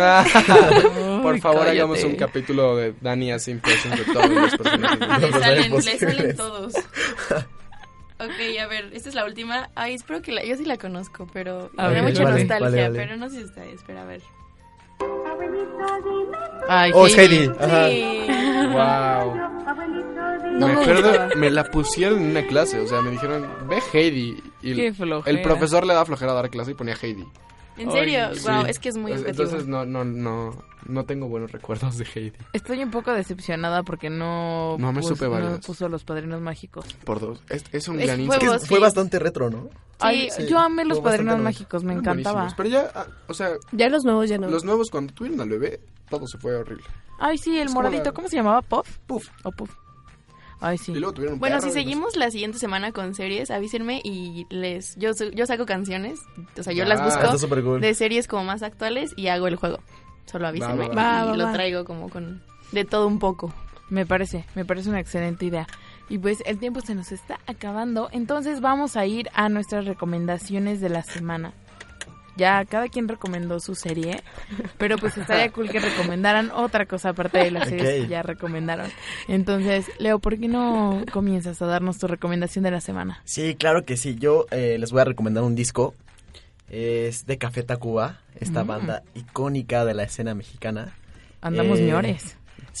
S2: Ay,
S4: Ah, favor,
S2: cállate.
S4: hagamos un capítulo de Dani hace impresiones de todos los personajes.
S3: Le
S5: Los personajes
S3: salen, le salen
S5: posibles.
S3: todos. Ok, a ver, esta es la última. Ay, espero que la... Yo sí la conozco, pero...
S2: A
S3: me da
S2: ver,
S3: mucha
S2: vale,
S3: nostalgia,
S5: vale, vale.
S3: pero no sé si está Espera, a ver.
S2: Ay,
S5: Oh, es
S2: Heidi.
S5: Heidi. Ajá.
S4: Wow.
S7: No
S4: me
S7: me
S4: acuerdo,
S7: gustaba.
S4: me la pusieron en una clase, o sea, me dijeron, ve Heidi. Y el-
S2: Qué
S4: el
S2: flojera.
S4: profesor le da flojera dar clase y ponía Heidi.
S3: ¿En serio?
S4: Ay,
S3: wow,
S4: sí.
S3: es que es muy objetivo.
S4: Entonces no, no, no, no tengo buenos recuerdos de Heidi.
S2: Estoy un poco decepcionada porque no,
S4: No me
S2: pus-
S4: supe varias.
S2: no puso los padrinos mágicos.
S4: Por dos. Es, es un
S3: Es
S4: gran
S3: juego,
S5: Que
S4: insight.
S3: sí.
S5: fue bastante retro, ¿no?
S2: Ay,
S5: sí.
S2: yo amé los
S5: Fue bastante
S2: padrinos
S5: bueno.
S2: mágicos, me
S4: Eran
S2: encantaba.
S4: buenísimos. Pero ya, ah, o sea,
S7: Ya los nuevos ya no.
S4: los nuevos cuando tuvieron al bebé, todo se fue horrible.
S2: Ay, sí, el
S4: Es como
S2: moradito,
S4: la-
S2: ¿cómo se llamaba? ¿Puff?
S4: Puf.
S2: ¿O Puff? Ay, sí.
S4: Y luego tuvieron un
S3: Bueno,
S4: perro
S3: si
S4: y no sé.
S3: seguimos la siguiente semana con series, avísenme y les yo su- yo saco canciones, o sea, yo las
S4: Ah,
S5: Está
S3: busco
S5: súper cool.
S3: de series como más actuales y hago el juego. Solo
S4: va,
S3: avísenme
S7: va.
S3: y
S7: Va, va,
S3: lo
S7: va.
S3: traigo como con de todo un poco.
S2: Me parece, me parece una excelente idea. Y pues el tiempo se nos está acabando, entonces vamos a ir a nuestras recomendaciones de la semana. Ya cada quien recomendó su serie, pero pues estaría cool que recomendaran otra cosa aparte de las series
S5: Ok.
S2: que ya recomendaron. Entonces, Leo, ¿por qué no comienzas a darnos tu recomendación de la semana?
S5: Sí, claro que sí. Yo eh, les voy a recomendar un disco. Es de Café Tacuba, esta
S2: Mm.
S5: banda icónica de la escena mexicana.
S2: Andamos
S5: Eh,
S2: miores.
S5: Sí,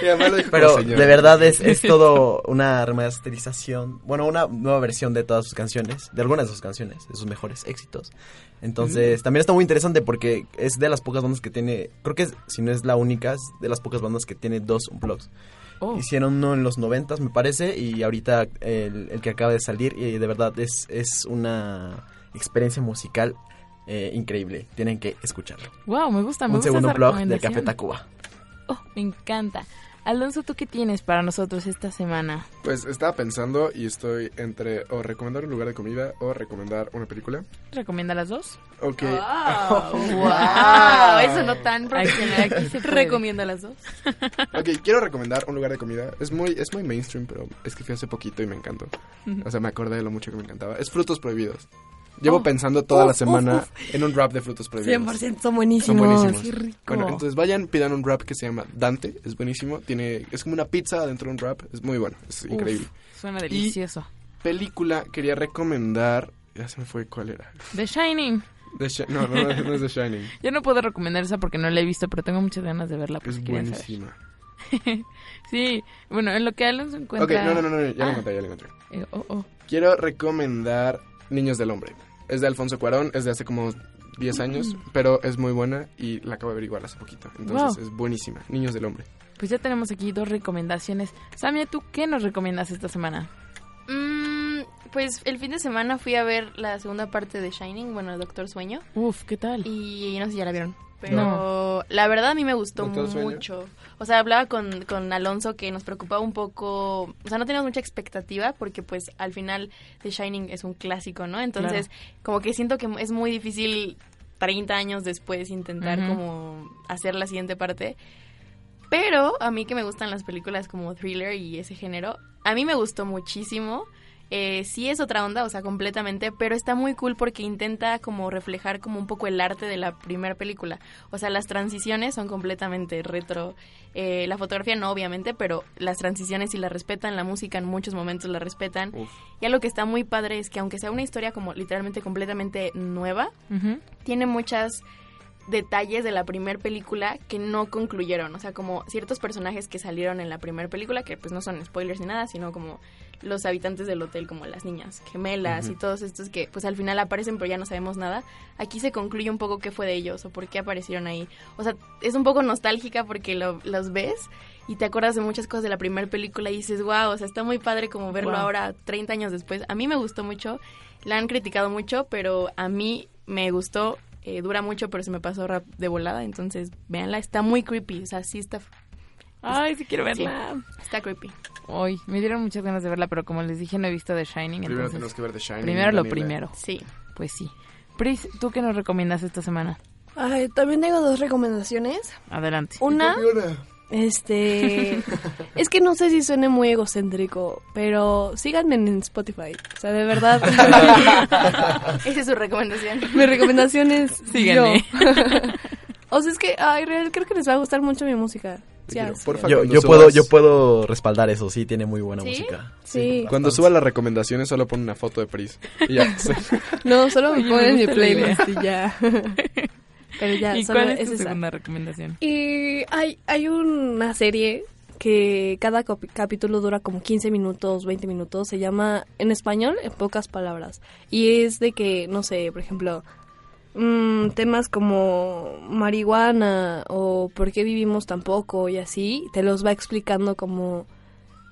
S4: Y además lo dijo
S5: pero
S4: como señor.
S5: de verdad es, es todo una remasterización, bueno, una nueva versión de todas sus canciones, de algunas de sus canciones, de sus mejores éxitos. Entonces, también está muy interesante porque es de las pocas bandas que tiene, creo que es- si no es la única, es de las pocas bandas que tiene dos blogs.
S2: Oh,
S5: Hicieron uno en los noventas, me parece, y ahorita el, el que acaba de salir, y de verdad es, es una experiencia musical eh, increíble. Tienen que escucharlo.
S2: wow, Ah, me gusta, me
S5: Un
S2: gusta
S5: segundo
S2: esa
S5: blog de Café
S2: recomendación.
S5: Tacuba.
S2: Oh, me encanta. Alonso, ¿tú qué tienes para nosotros esta semana?
S4: Pues estaba pensando y estoy entre o recomendar un lugar de comida o recomendar una película.
S2: ¿Recomienda las dos?
S4: Ok.
S3: wow, eso no tan profesional. Aquí se puede.
S2: Recomienda las dos.
S4: Ok, quiero recomendar un lugar de comida. Es muy, es muy mainstream, pero es que fui hace poquito y me encantó. O sea, me acordé de lo mucho que me encantaba. Es Frutos Prohibidos.
S2: Oh,
S4: Llevo pensando toda la semana en un rap de Frutos Prohibidos.
S7: 100% son buenísimos.
S4: Son buenísimos.
S7: Qué rico.
S4: Bueno, entonces vayan, pidan un rap que se llama Dante. Es buenísimo. Tiene, es como una pizza dentro de un rap. Es muy bueno. Es increíble.
S2: Suena delicioso.
S4: Película quería recomendar. Ya se me fue cuál era.
S2: The Shining.
S4: The Shi- no, no, no es The Shining.
S2: Yo no puedo recomendar esa porque no la he visto, pero tengo muchas ganas de verla. porque
S4: Es
S2: quería saber.
S4: buenísima.
S2: Sí, bueno, en lo que Alonso
S4: Ok,
S2: encuentra...
S4: no, no, no, no, ya
S2: Ah.
S4: la encontré, ya la encontré.
S2: Eh, oh, oh.
S4: Quiero recomendar Niños del Hombre. Es de Alfonso Cuarón, es de hace como 10 años, pero es muy buena y la acabo de averiguar hace poquito. Entonces es buenísima. Niños del Hombre.
S2: Pues ya tenemos aquí dos recomendaciones. Samia, ¿tú qué nos recomiendas esta semana?
S3: Mm, pues el fin de semana fui a ver la segunda parte de Shining, bueno, el Doctor Sueño.
S2: Uf, ¿qué tal?
S3: Y no sé si ya la vieron. Pero la verdad a mí me gustó
S4: ¿Doctor Sueño?
S3: mucho. O sea, hablaba con, con Alonso que nos preocupaba un poco. O sea, no teníamos mucha expectativa porque, pues, al final The Shining es un clásico, ¿no? Entonces, como que siento que es muy difícil 30 años después intentar
S2: Ujú.
S3: como hacer la siguiente parte. Pero a mí que me gustan las películas como thriller y ese género, a mí me gustó muchísimo. Eh, sí es otra onda, o sea, completamente, pero está muy cool porque intenta como reflejar como un poco el arte de la primera película. O sea, las transiciones son completamente retro. Eh, la fotografía no, obviamente, pero las transiciones sí la respetan, la música en muchos momentos la respetan.
S4: Uf.
S3: Y algo que está muy padre es que aunque sea una historia como literalmente completamente nueva,
S2: Ujú.
S3: tiene muchas detalles de la primera película que no concluyeron, o sea, como ciertos personajes que salieron en la primera película, que pues no son spoilers ni nada, sino como los habitantes del hotel, como las niñas gemelas y todos estos que pues al final aparecen pero ya no sabemos nada, aquí se concluye un poco qué fue de ellos o por qué aparecieron ahí. O sea, es un poco nostálgica porque lo- los ves y te acuerdas de muchas cosas de la primera película y dices, wow, o sea, está muy padre como verlo
S2: Guau.
S3: ahora 30 años después. A mí me gustó mucho, la han criticado mucho, pero a mí me gustó. eh, dura mucho, pero se me pasó rap de volada, entonces véanla, está muy creepy, o sea, sí está,
S2: Ay, sí quiero verla.
S3: está creepy.
S2: Hoy me dieron muchas ganas de verla, pero como les dije, no he visto The Shining.
S4: Primero
S2: entonces,
S4: tenemos que ver The Shining.
S2: primero lo
S4: Daniela.
S2: primero.
S3: Sí.
S2: Pues sí. Pris, ¿tú qué nos recomiendas esta semana?
S7: Ay, también tengo dos recomendaciones.
S2: Adelante.
S7: Una, este. es que no sé si suene muy egocéntrico, pero síganme en Spotify. O sea, de verdad.
S3: Esa es su recomendación.
S7: mi recomendación es.
S2: Síganme.
S7: yo. o sea, es que, ay, real, creo que les va a gustar mucho mi música.
S4: Te
S7: Ya,
S4: quiero.
S7: sí.
S4: Porfa,
S5: Yo,
S4: cuando
S5: yo
S4: subas-
S5: puedo, yo puedo respaldar eso, sí, tiene muy buena
S3: ¿Sí?
S5: música.
S7: Sí.
S4: Cuando
S5: bastante.
S4: suba las recomendaciones solo pon una foto de Pris. Y ya. sí.
S7: No, solo me
S2: Oye, me
S7: ponen mi
S2: gusta la idea.
S7: playlist y ya. pero ya,
S2: ¿Y
S7: solo
S2: cuál es tu
S7: esa.
S2: segunda recomendación?
S7: Y hay, hay una serie que cada copi- capítulo dura como 15 minutos, 20 minutos. Se llama, en español, en pocas palabras. Y es de que, no sé, por ejemplo, mm, temas como marihuana o por qué vivimos tan poco y así, te los va explicando como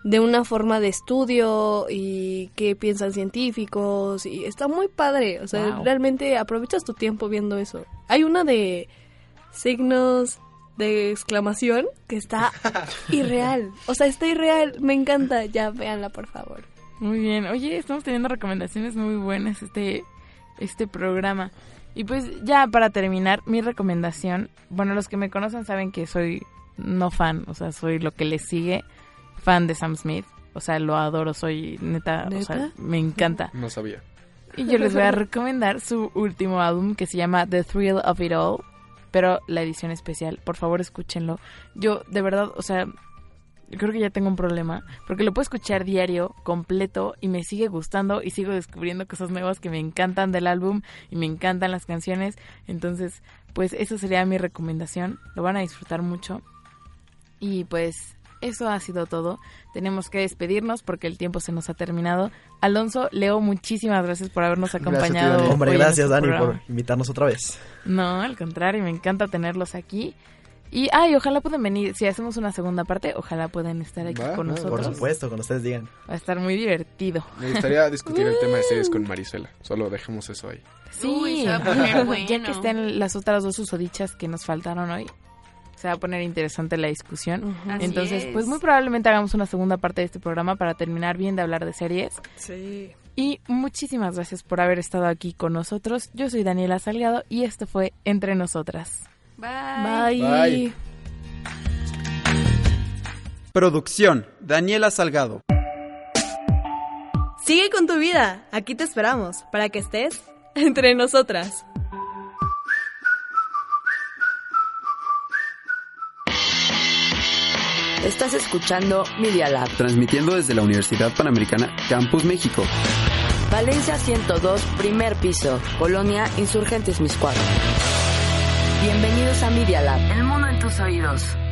S7: de una forma de estudio y qué piensan científicos y está muy padre, o sea,
S2: Wow.
S7: realmente aprovechas tu tiempo viendo eso. Hay una de signos de exclamación que está irreal, o sea, está irreal, me encanta, ya véanla por favor.
S2: Muy bien. Oye, estamos teniendo recomendaciones muy buenas este, este programa. Y pues ya para terminar, mi recomendación, bueno, los que me conocen saben que soy no fan, o sea, soy lo que le sigue, fan de Sam Smith. O sea, lo adoro, soy neta, o sea,
S7: ¿Neta?
S2: me encanta.
S4: No sabía.
S2: Y yo les voy a recomendar su último álbum que se llama The Thrill of It All, pero la edición especial. Por favor, escúchenlo. Yo, de verdad, o sea, yo creo que ya tengo un problema, porque lo puedo escuchar diario, completo, y me sigue gustando y sigo descubriendo cosas nuevas que me encantan del álbum y me encantan las canciones. Entonces, pues esa sería mi recomendación. Lo van a disfrutar mucho. Y pues eso ha sido todo. Tenemos que despedirnos porque el tiempo se nos ha terminado. Alonso, Leo, muchísimas gracias por habernos
S4: Gracias a ti,
S2: acompañado.
S4: Dani.
S5: Hombre,
S2: hoy en
S5: gracias
S2: este
S5: Dani por
S2: programa.
S5: invitarnos otra vez.
S2: No, al contrario, me encanta tenerlos aquí. Y ay, ojalá puedan venir. Si hacemos una segunda parte, ojalá puedan estar aquí
S4: Va,
S2: con
S4: va, por
S5: Por
S2: nosotros.
S5: supuesto, cuando ustedes digan.
S2: Va a estar muy divertido.
S4: Me gustaría discutir el tema de series con Marisela. Solo dejemos eso ahí.
S2: Sí,
S3: Uy, se va a poner
S2: ya
S3: bueno.
S2: que estén las otras dos susodichas que nos faltaron hoy, se se va a poner interesante la discusión.
S3: Así
S2: Entonces,
S3: es.
S2: pues muy probablemente hagamos una segunda parte de este programa para terminar bien de hablar de series.
S7: Sí.
S2: Y muchísimas gracias por haber estado aquí con nosotros. Yo soy Daniela Salgado y esto fue Entre Nosotras.
S3: Bye.
S10: Bye.
S11: Producción, Daniela Salgado.
S7: Sigue con tu vida. Aquí te esperamos para que estés entre nosotras.
S6: Estás escuchando Media Lab.
S11: Transmitiendo desde la Universidad Panamericana Campus México.
S6: Valencia 102, primer piso. Colonia Insurgentes Miscuadro. Bienvenidos a Media Lab. El mundo en tus oídos.